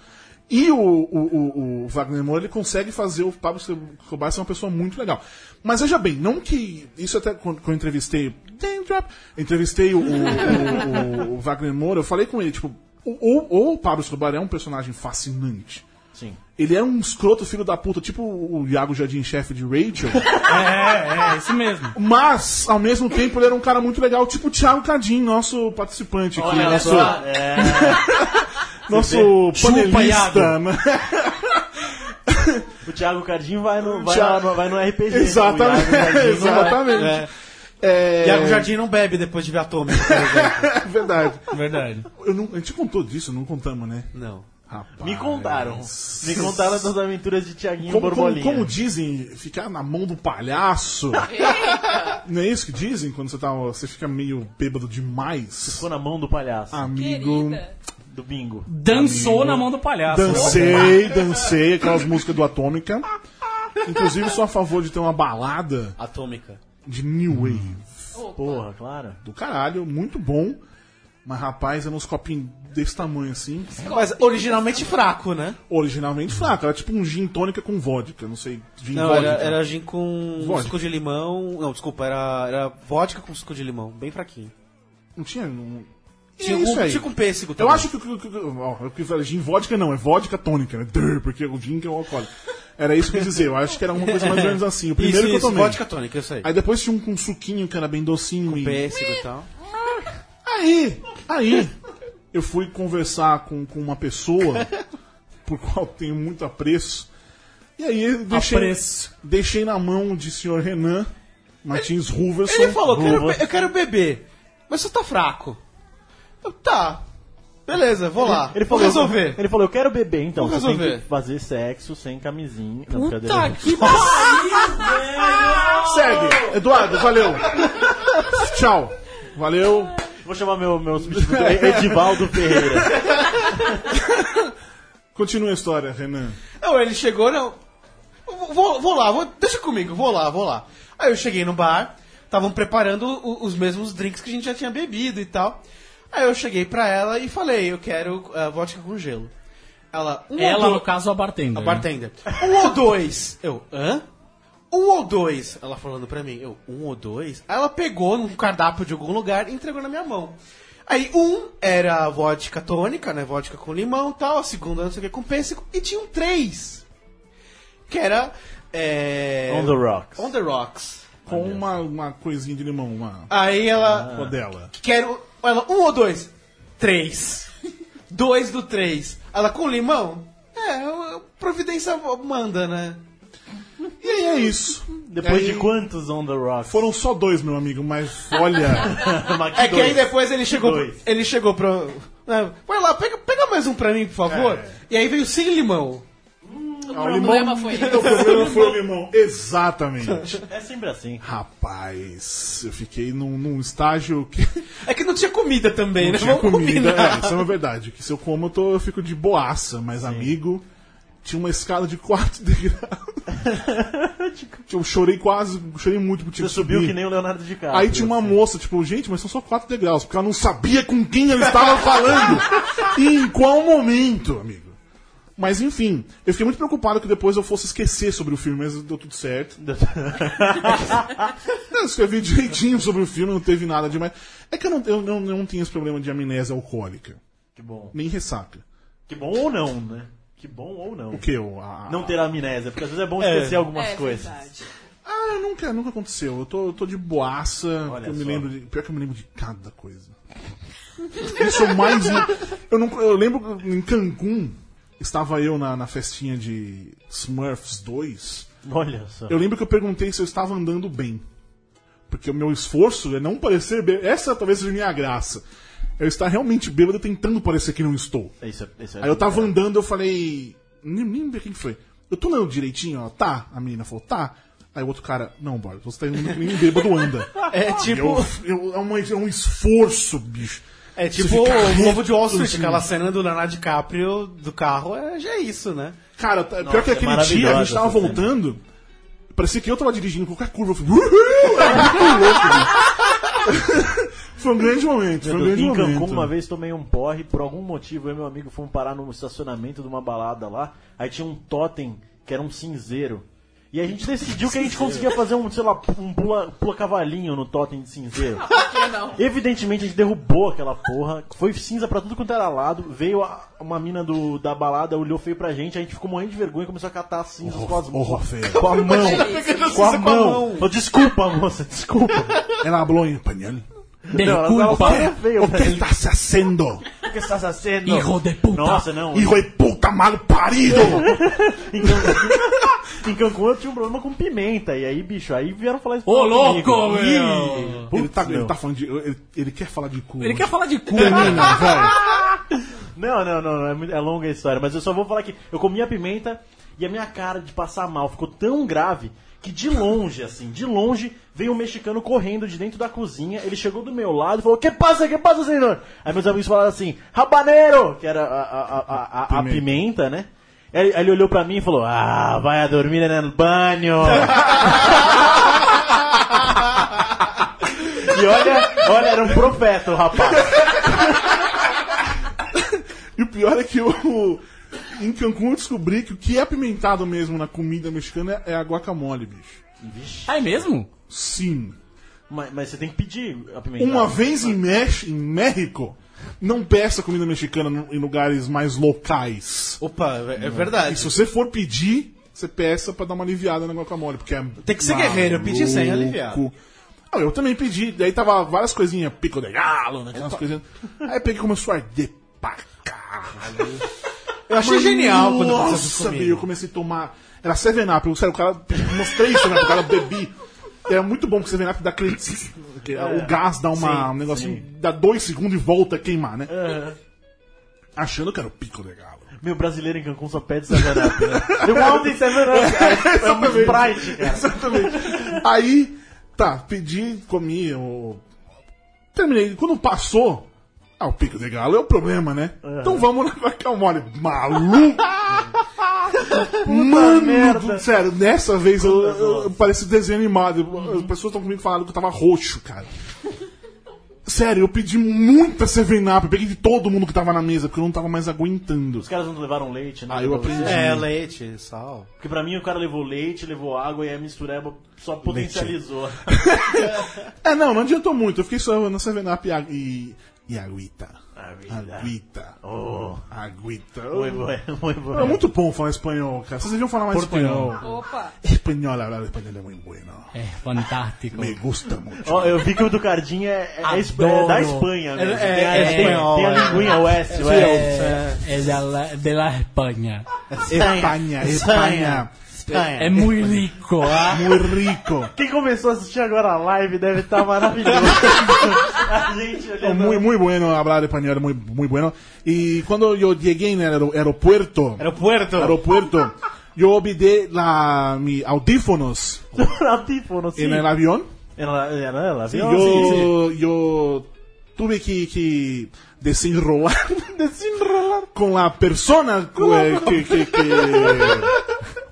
A: E o, o, o- o Wagner Moura, ele consegue fazer o Pablo Escobar ser uma pessoa muito legal. Mas veja bem, não que. Isso até quando, quando eu entrevistei. Name drop. Entrevistei o, o- o- o Wagner Moura, eu falei com ele, tipo. Ou, ou o Pablo Escobar é um personagem fascinante.
G: Sim.
A: Ele é um escroto filho da puta, tipo o Iago Jardim, chefe de Rachel.
B: É, é, isso mesmo.
A: Mas, ao mesmo tempo, ele era um cara muito legal, tipo o Thiago Cadim, nosso participante aqui,
G: Olha
A: nosso,
G: só, é,
A: nosso panelista. né?
G: o Thiago Cardim vai no, vai
A: Thiago-
G: na- vai no RPG. né? O
A: Exatamente,
G: Iago Cardim não vai.
A: exatamente.
C: É...
A: É,
C: Iago Jardim não bebe depois de ver Atômica,
A: é
C: por exemplo.
A: verdade.
B: Verdade.
A: Eu não, a gente contou disso, não contamos, né?
C: Não.
A: Rapaz.
G: Me contaram. Me contaram das aventuras de Tiaguinho
A: Como, como,
G: Borbolinha.
A: como dizem, ficar na mão do palhaço. não é isso que dizem quando você, tá, você fica meio bêbado demais?
G: Ficou na mão do palhaço,
A: Ah. Amigo.
E: Querida!
G: do bingo.
B: Dançou na mão do palhaço.
A: Dancei, dancei aquelas músicas do Atômica. Inclusive, sou a favor de ter uma balada
C: Atômica.
A: de New Wave.
E: Opa.
G: Porra, claro.
A: Do caralho, muito bom. Mas, rapaz, era uns copinhos desse tamanho assim.
C: Mas originalmente fraco, né?
A: Originalmente fraco, era tipo um gin tônica com vodka, não sei. Gin
C: Não,
A: vodka.
C: era, era gin com
A: Vodka.
C: suco de limão. Não, desculpa, era, era vodka com suco de limão, bem fraquinho.
A: Não tinha. Não... E
C: Tinha, tipo-
A: é
C: com,
A: isso aí.
C: tinha com pêssego
A: Eu
C: também.
A: acho que o que- que- que- ó, o que eu falei, gin vodka não, é vodka tônica, né? Drrr, Porque o gin que é o alcoólico. Era isso que eu ia dizer, eu acho que era alguma coisa mais ou menos assim. O primeiro
C: isso,
A: que eu
C: isso,
A: tomei.
C: vodka tônica, eu sei.
A: Aí depois tinha um com suquinho que era bem docinho e.
C: Pêssego e tal.
A: Aí, aí, eu fui conversar com, com uma pessoa por qual tenho muito apreço. E aí eu deixei,
B: Apreço.
A: deixei na mão de senhor Renan Martins Ruverson.
C: Ele falou, quero
A: Ruver-
C: be- eu quero beber, mas você tá fraco. Eu, tá, beleza, vou lá.
G: Ele
C: vou
G: falou,
C: resolver.
G: Ele falou, eu quero beber, então.
C: Vou
G: Você tem
C: resolver.
G: que fazer sexo sem camisinha. Não,
B: Puta
G: brincadeira.
B: que
C: "Ah!"
A: Segue, Eduardo, valeu. Tchau. Valeu.
G: Vou chamar meu, meu substituto, Edivaldo Ferreira.
A: Continua a história, Renan.
C: Não, ele chegou, não. Vou- Vou, vou lá, vou, deixa comigo, vou lá, vou lá. Aí eu cheguei no bar, estavam preparando o- os mesmos drinks que a gente já tinha bebido e tal. Aí eu cheguei pra ela e falei, eu quero eh, vodka com gelo. Ela, um ou
B: Ela,
C: dois-
B: no caso, a bartender.
C: a
G: É.
B: né?
C: bartender. Um ou dois? Eu, hã? Um ou dois? Ela falando pra mim, eu, um ou dois? Aí ela pegou num cardápio de algum lugar e entregou na minha mão. Aí um era a vodka tônica, né? Vodka com limão e tal, a segunda não sei o que com pêssego, e tinham três. Que era. é,
G: On the rocks.
C: On the Rocks.
A: Com uma, uma coisinha de limão, uma
C: Aí ela.
A: rodela.
C: Quero. Ela, um ou dois? Três. dois do três. Ela com limão? É, a providência manda, né?
A: E aí é isso.
G: Depois
A: Aí-
G: de quantos on the rocks?
A: Foram só dois, meu amigo, mas olha.
G: Mas
C: É que aí
G: dois.
C: depois ele chegou, pro,
G: Dois.
C: ele chegou pro. né, Vai lá, pega, pega mais um pra mim, por favor.
A: É.
C: E aí veio sem limão.
E: O problema foi
A: o problema foi o limão. Exatamente.
G: É sempre assim.
A: Rapaz, eu fiquei num, num estágio que
C: É que não tinha comida também,
A: não
C: né?
A: tinha
C: Vamos
A: comida.
C: combinar.
A: É, isso é uma verdade. Que se eu como, eu, tô, eu fico de boaça, mas amigo. Tinha uma escada de quarto degrau. eu um, chorei quase, chorei muito pro time
G: Você subiu
A: subir.
G: que nem o Leonardo DiCaprio. assim.
A: Aí tinha uma moça, tipo, gente, mas são só quatro degraus, porque ela não sabia com quem ela estava falando e em qual momento, amigo. Mas enfim, eu fiquei muito preocupado que depois eu fosse esquecer sobre o filme, mas deu tudo certo. eu escrevi direitinho sobre o filme, não teve nada demais. É que eu não, eu, não, eu não tenho esse problema de amnésia alcoólica,
G: Que bom.
A: nem ressaca.
G: Que bom ou não, né? Que bom ou não.
A: O que eu. a-
G: Não ter amnésia, porque às vezes é bom esquecer algumas
E: É
G: coisas.
E: verdade.
A: Ah, nunca, nunca aconteceu. Eu tô, eu tô de boaça.
G: Olha
A: eu me
G: só.
A: lembro de, pior que eu me lembro de cada coisa. Isso é o mais. Eu, não, eu lembro em Cancún, estava eu na, na festinha de Smurfs 2.
G: Olha só.
A: Eu lembro que eu perguntei se eu estava andando bem. Porque o meu esforço é não parecer bêbado. Essa talvez seja a minha graça. É Eu estar realmente bêbado tentando parecer que não estou.
G: Isso, é- isso é
A: Aí eu tava andando, eu falei. Nem nem lembro quem foi. Eu tô andando direitinho, ela tá? A menina falou, tá? Aí o outro cara, não, Boris, você tá indo que nem um bêbado anda.
C: É
A: E
C: tipo,
A: eu- eu- é, uma- é um esforço, bicho.
C: é
A: Você
C: tipo
A: fica
C: o
A: reto,
C: Lobo de Wall Street,
A: assim.
C: aquela cena do Leonardo DiCaprio do carro, é, já é isso, né?
A: Cara, tá- pior que
G: é
A: aquele dia a gente
G: maravilhosa
A: tava
G: essa
A: voltando, parecia que eu tava dirigindo qualquer curva. Eu fui, "Uhul!" é muito louco, bicho. Foi um grande momento, foi um grande
G: em
A: momento.
G: Cancún, uma vez tomei um porre, por algum motivo eu e meu amigo fomos parar no estacionamento de uma balada lá. Aí tinha um totem que era um cinzeiro. E a gente decidiu que a gente conseguia fazer um, sei lá, um pula- pula-cavalinho no totem de cinzeiro.
E: Por que não?
G: Evidentemente a gente derrubou aquela porra, foi cinza pra tudo quanto era lado, veio a- uma mina do, da balada, olhou feio pra gente, a gente ficou morrendo de vergonha e começou a catar as cinzas com, as,
A: Horror feio.
G: com a mão.
E: Delícia.
G: Com a
C: cinza com a
G: mão.
C: mão.
G: Oh, desculpa, moça, desculpa.
A: Ela falou em espanhol.
G: ela
B: Desculpa.
G: tava feio,
A: O que
G: velho.
A: estás fazendo?
G: O que estás fazendo?
B: Hijo de puta.
G: Nossa, não.
A: Hijo de puta mal parido!
G: Em Cancún, em Cancún eu tinha um problema com pimenta. E aí, bicho, aí vieram falar isso
B: Ô,
G: comigo.
B: louco,
G: Ih,
B: meu.
G: putz,
A: ele, tá, ele
G: meu.
A: tá falando de. Ele, ele quer falar de cu.
B: Ele quer falar de cu. né?
A: Termina, velho.
G: Não, não, não, não, é, muito- é longa a história, mas eu só vou falar que eu comi a pimenta e a minha cara de passar mal ficou tão grave que de longe, assim, de longe, veio um mexicano correndo de dentro da cozinha, ele chegou do meu lado e falou, que passa, que passa, senhor? Aí meus amigos falaram assim, rabanero, que era a, a, a, a- a- a
A: Pimenta.
G: pimenta, né? Aí aí ele olhou pra mim e falou, ah, vai a dormir no banho. e olha, olha, era um profeta o rapaz.
A: E o pior é que eu. Em Cancún eu descobri que o que é apimentado mesmo na comida mexicana é a guacamole, bicho.
B: Ah, é mesmo?
A: Sim.
G: Mas, mas você tem que pedir a pimenta.
A: Uma vez em, Mex... em México, não peça comida mexicana no- em lugares mais locais.
C: Opa, é, é
A: E se
C: verdade.
A: você for pedir, você peça pra dar uma aliviada na guacamole, porque é
C: Tem que ser guerreiro, eu pedi sem aliviar.
A: Ah, eu também pedi, daí tava várias coisinhas, pico de galo, né, aquelas coisinhas. Aí peguei e começou a arder pra caralho.
C: Eu achei
A: Mas,
C: genial quando aconteceu isso
A: Nossa,
C: comigo.
A: meu, eu comecei a tomar. Era 7-Up, eu sério, o cara eu mostrei isso, né? O cara bebi. Era muito bom que 7-Up dá aquele. tss, que
C: É.
A: o gás dá uma, um negocinho, dá dois segundos e volta a queimar, né? Achando que era o pico de galo.
G: Meu brasileiro em Cancún só pede 7-Up, né? Eu ontem 7-Up, cara. É um Sprite, cara.
A: Exatamente. Aí, tá, pedi, comi, eu... terminei. Quando passou, Ah, o pico de galo é o problema, né? Então vamos lá com a Calmole. Maluco! Mano,
G: merda.
A: do, sério, dessa vez eu, eu, eu pareci desenho animado. As pessoas estão comigo falando que eu tava roxo, cara. Sério, eu pedi muita 7-Up, eu peguei de todo mundo que tava na mesa, porque eu não tava mais aguentando.
G: Os caras não levaram leite, né?
A: Ah, eu aprendi.
C: É, leite, sal.
G: Porque pra mim o cara levou leite, levou água e a mistureba só potencializou.
A: É, não, não adiantou muito. Eu fiquei só na 7-Up e, a- e, e aguita.
G: Aguita.
A: Aguita.
G: Oh.
A: Aguita.
G: Foi bom, foi bom.
A: É muito bom falar espanhol, cara. Vocês deviam falar mais espanhol.
E: Opa!
A: Espanhol, hablar espanhol é muito bueno.
B: É, fantástico.
A: Me gusta muito.
G: Ó, eu vi que o do Cardinha é, é, esp- é da Espanha mesmo.
B: É- é-
G: tem, a-
B: é
G: tem-
B: espanhol,
G: tem a
B: é.
G: linguinha, o S, o S.
B: É, é da la- de la Espanha.
A: Espanha, Espanha.
B: É muito rico. ah.
A: Muito rico.
G: Quem começou a assistir agora a live deve estar maravilhoso. a gente
A: É
G: olhando.
A: muito, muito bueno hablar espanhol, muy, muy bueno. Y cuando yo llegué en el aer- aeropuerto,
C: Aeropuerto.
A: aeropuerto, yo olvidé la, mi audífonos
G: Era tipo, É não sei.
A: en el avión.
G: Ela, ela, ela
A: Y
G: viu?
A: yo, yo tuve que, que desenrolar, desenrolar con la persona que, eh, que, que- que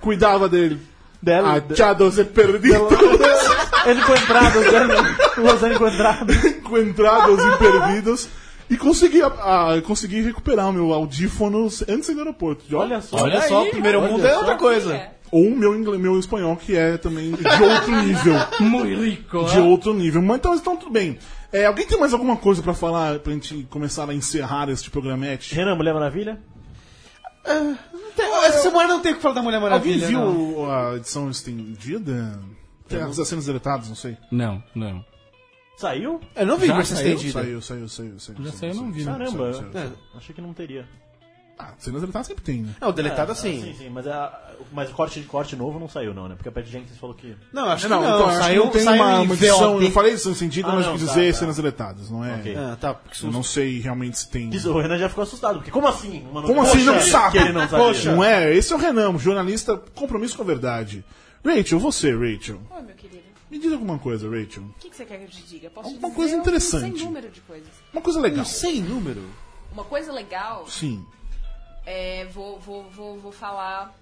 A: cuidaba del
G: Dela.
A: achado se perdido.
G: Ele encontrado, os encontrados.
A: encontrados e perdidos. E consegui, ah, consegui recuperar o meu audífono antes do aeroporto. Olha,
G: Olha só.
C: Olha só, o primeiro
G: olha
C: mundo é
G: só.
C: outra coisa.
E: É.
A: ou o meu, ingle- meu espanhol, que é também de outro nível.
B: Muito rico.
A: de
B: ah.
A: outro nível. Mas então, então tudo bem. É, alguém tem mais alguma coisa pra falar pra gente começar a encerrar este programete?
G: Renan, Mulher Maravilha?
C: Essa semana não tem o que falar da Mulher
A: Alguém
C: Maravilha.
A: viu
C: não.
A: a edição estendida? Tem as as cenas deletadas, não sei.
B: Não, não.
G: Saiu?
C: Eu não vi
B: Já
C: versão
B: saiu?
C: estendida.
A: Saiu, saiu, saiu, saiu.
B: Já
A: saiu,
B: saiu, eu não vi, não.
G: Caramba.
A: né? saiu, saiu.
G: É, Achei que não teria.
A: Ah, cenas deletadas sempre tem, né?
C: Não, deletado
G: Sim,
C: assim.
G: sim, mas, a, mas o corte, corte novo não saiu, não, né? Porque a Pat Jenkins falou que.
C: Não, acho que
A: Não,
C: não.
A: então, acho que
C: saiu,
A: não tem
C: saiu um
A: uma,
C: em
A: uma edição.
C: VOD.
A: Eu falei edição estendida,
G: Ah,
A: mas
G: não,
A: quis
G: tá,
A: dizer
G: tá.
A: cenas deletadas, não é?
G: Ok.
C: Ah, tá. porque
A: Eu não sei realmente se tem.
G: Isso, O Renan já ficou assustado, porque como assim? Mano,
A: Como
G: Poxa,
A: assim não
G: ele-
A: sabe?
G: Que ele não sabia.
A: Não é? Esse é o Renan, um jornalista compromisso com a verdade. Rachel, você, Rachel.
E: Oi, meu querido.
A: Me diz alguma coisa, Rachel.
E: O que, que você quer que eu te diga? Eu Posso
A: Alguma
E: te dizer
A: coisa
E: um
A: interessante.
E: Sem número de coisas.
A: Uma coisa legal.
C: Sem número.
E: Uma coisa legal
A: Sim.
E: é. Vou, vou, vou, vou falar.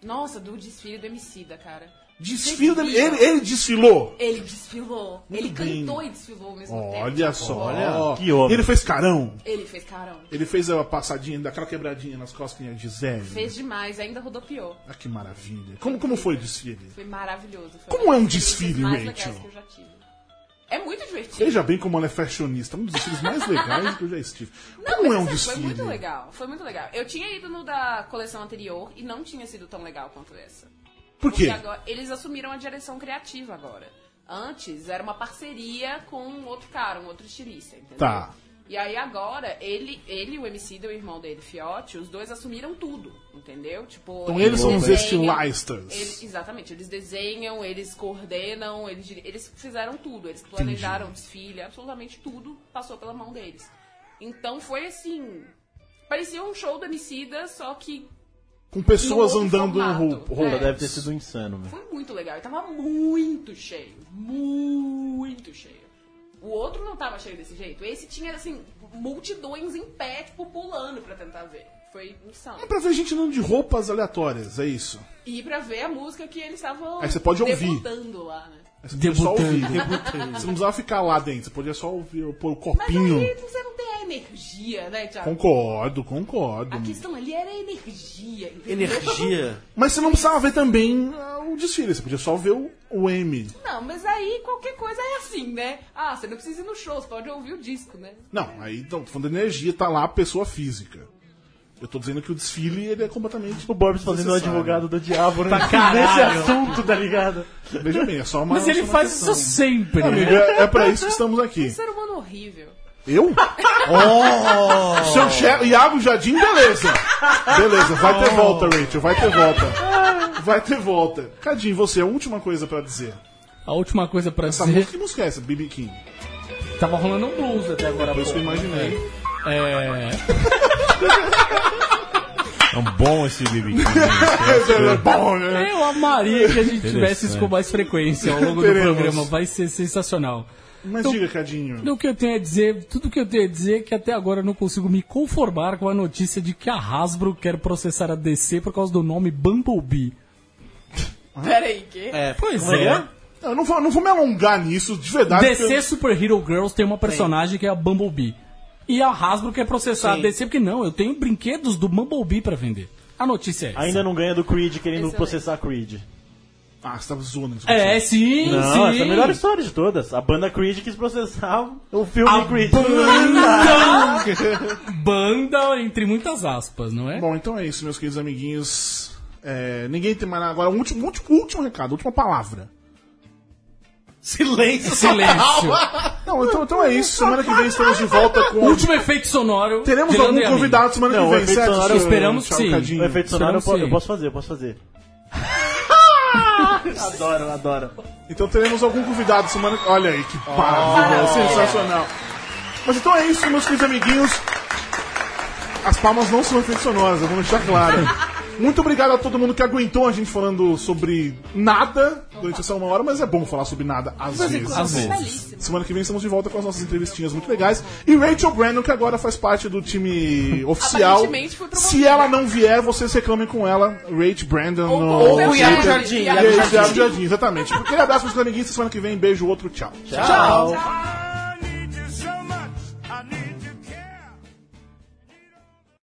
E: Nossa, do desfile do Emicida, cara.
A: Desfile da...
E: Desfile.
A: ele, ele desfilou.
E: Ele desfilou. ele
A: bem.
E: cantou e desfilou ao mesmo tempo.
A: Olha só.
G: Olha, que homem.
A: Ele fez carão.
E: Ele fez carão.
A: Ele fez a passadinha daquela quebradinha nas costas que de Zé.
E: Fez demais, ainda rodopiou.
A: Ah, que maravilha. Como, como foi o desfile?
E: Foi maravilhoso. Foi
A: Como é um
E: um dos
A: desfile,
E: desfiles mais
A: Rachel?
E: legais que eu já tive. É muito divertido.
A: Veja bem como ela é fashionista. Um dos desfiles mais legais que eu já estive.
E: Não,
A: como
E: mas
A: é um
E: assim,
A: desfile?
E: foi muito legal. Foi muito legal. Eu tinha ido no da coleção anterior e não tinha sido tão legal quanto essa.
A: Por
E: Porque
A: quê?
E: agora eles assumiram a direção criativa agora. Antes era uma parceria com um outro cara, um outro estilista, entendeu?
A: Tá.
E: E aí agora, ele, ele o MC e o irmão dele, Fiote, os dois assumiram tudo, entendeu? Tipo,
A: Então eles são os
E: desenham,
A: estilistas.
E: eles- exatamente, eles desenham, eles coordenam, eles, dir- eles fizeram tudo, eles planejaram desfile, absolutamente tudo passou pela mão deles. Então foi assim, parecia um show do Emicida, só que
A: Com pessoas
E: Novo
A: andando no
E: formato.
A: roupa.
G: Porra,
E: É.
G: deve ter sido insano, velho.
E: Foi muito legal. E tava muito cheio. Muito cheio. O outro não tava cheio desse jeito. Esse tinha, assim, multidões em pé, tipo, pulando pra tentar ver. Foi insano.
A: É pra ver gente andando de roupas aleatórias, é isso.
E: E pra ver a música que eles estavam
A: Aí você pode ouvir.
E: debutando lá, né?
A: Aí Você podia É só ouvir.
E: Debutante.
A: Você não precisava ficar lá dentro, você podia só ouvir, pôr o
E: Mas
A: copinho.
E: aí você não tem a energia, né, Thiago?
A: Concordo, concordo.
E: A questão ali era a energia, entendeu?
C: Energia.
A: Mas você não precisava ver também ah, o desfile, você podia só ver o, o M.
E: Não, mas aí qualquer coisa é assim, né? Ah, você não precisa ir no show, você pode ouvir o disco, né?
A: Não, aí não, tô falando de energia, tá lá a pessoa física. Eu tô dizendo que o desfile ele é completamente.
G: O Borbs
B: um
G: fazendo o
A: desnecessário.
G: advogado do diabo, né?
B: caralho.
G: Nesse assunto, tá ligado?
A: Veja bem, é só uma.
B: Mas ele
A: só uma
B: faz
A: questão.
B: isso sempre. né?
A: Amigo, é, é pra isso que estamos
E: Um
A: aqui.
E: ser humano horrível.
A: Eu? Seu chefe, Iago Jardim, beleza. Beleza, vai ter volta, Rachel, vai ter volta. Vai ter volta. Cadinho, você, é a última coisa pra dizer.
B: A última coisa pra
A: Essa
B: dizer...
A: música que música é essa? BB King.
B: Tava rolando um blues até agora.
A: Por isso que eu
B: pouco.
A: imaginei.
B: É...
D: É um bom esse BB King.
A: É bom, né?
B: Eu amaria que a gente tivesse isso
D: Interessante.
B: com mais frequência ao longo do
A: Teremos.
B: programa. Vai ser sensacional.
A: Mas
B: Então,
A: diga, Cadinho.
B: O que eu tenho a dizer, tudo que eu tenho a dizer é que até agora eu não consigo me conformar com a notícia de que a Hasbro quer processar a DC por causa do nome Bumblebee.
E: Peraí, que?
C: É,
B: Pois é.
A: Eu não vou, não vou me alongar nisso, de verdade. porque
B: DC Super Hero Girls tem uma personagem que é a Bumblebee. E a Hasbro quer processar
C: Sim.
B: a DC porque não, eu tenho brinquedos do Bumblebee pra vender. A notícia é essa.
G: Ainda não ganha do Creed querendo
E: Excelente.
G: processar Creed.
A: eu- Ah, você tava zoando. isso.
B: É, sim,
G: Não,
B: sim.
G: essa é a melhor história de todas. A banda Creed quis processar o filme
B: A
G: Creed.
B: banda, banda entre muitas aspas, não é?
A: Bom, então é isso, meus queridos amiguinhos. É, ninguém tem mais nada. Agora, um último, último, último recado, última palavra.
C: Silêncio.
B: Silêncio.
A: Não, então, então é isso. Semana que vem estamos de volta com.
B: Último efeito sonoro.
A: Teremos
B: Fernando e a
A: algum
B: mim.
A: convidado semana
G: Não, o
A: que vem,
G: efeito
A: certo?
G: sonoro é um
A: seu-
B: esperamos que
A: seu
B: sim.
A: Cadinho?
G: O efeito sonoro eu
B: Esperamos
G: posso, eu
B: sim.
G: posso fazer, eu posso fazer. adoro, adoro.
A: Então teremos algum convidado semana. Olha aí, que
G: Ah.
A: maravilha, sensacional. Mas então é isso, meus queridos amiguinhos. As palmas não são efeitos sonoros, eu vou deixar claro. Muito obrigado a todo mundo que aguentou a gente falando sobre nada durante essa uma hora, mas é bom falar sobre nada às vezes.
B: Às vezes.
E: Belíssimo.
A: Semana que vem estamos de volta com as nossas entrevistinhas muito legais. E Rachel Brandon, que agora faz parte do time oficial.
E: Aparentemente foi promovida.
A: Se ela não vier, vocês reclamem com ela. Rachel Brandon
E: Ou-
A: no
E: ou
A: Twitter.
E: com o Iago Jardim,
A: E
E: Iago
A: aí,
E: Jardim.
A: Iago Jardim, exatamente. Aquele abraço para os amiguinhos. Semana que vem, beijo, outro, tchau.
E: Tchau.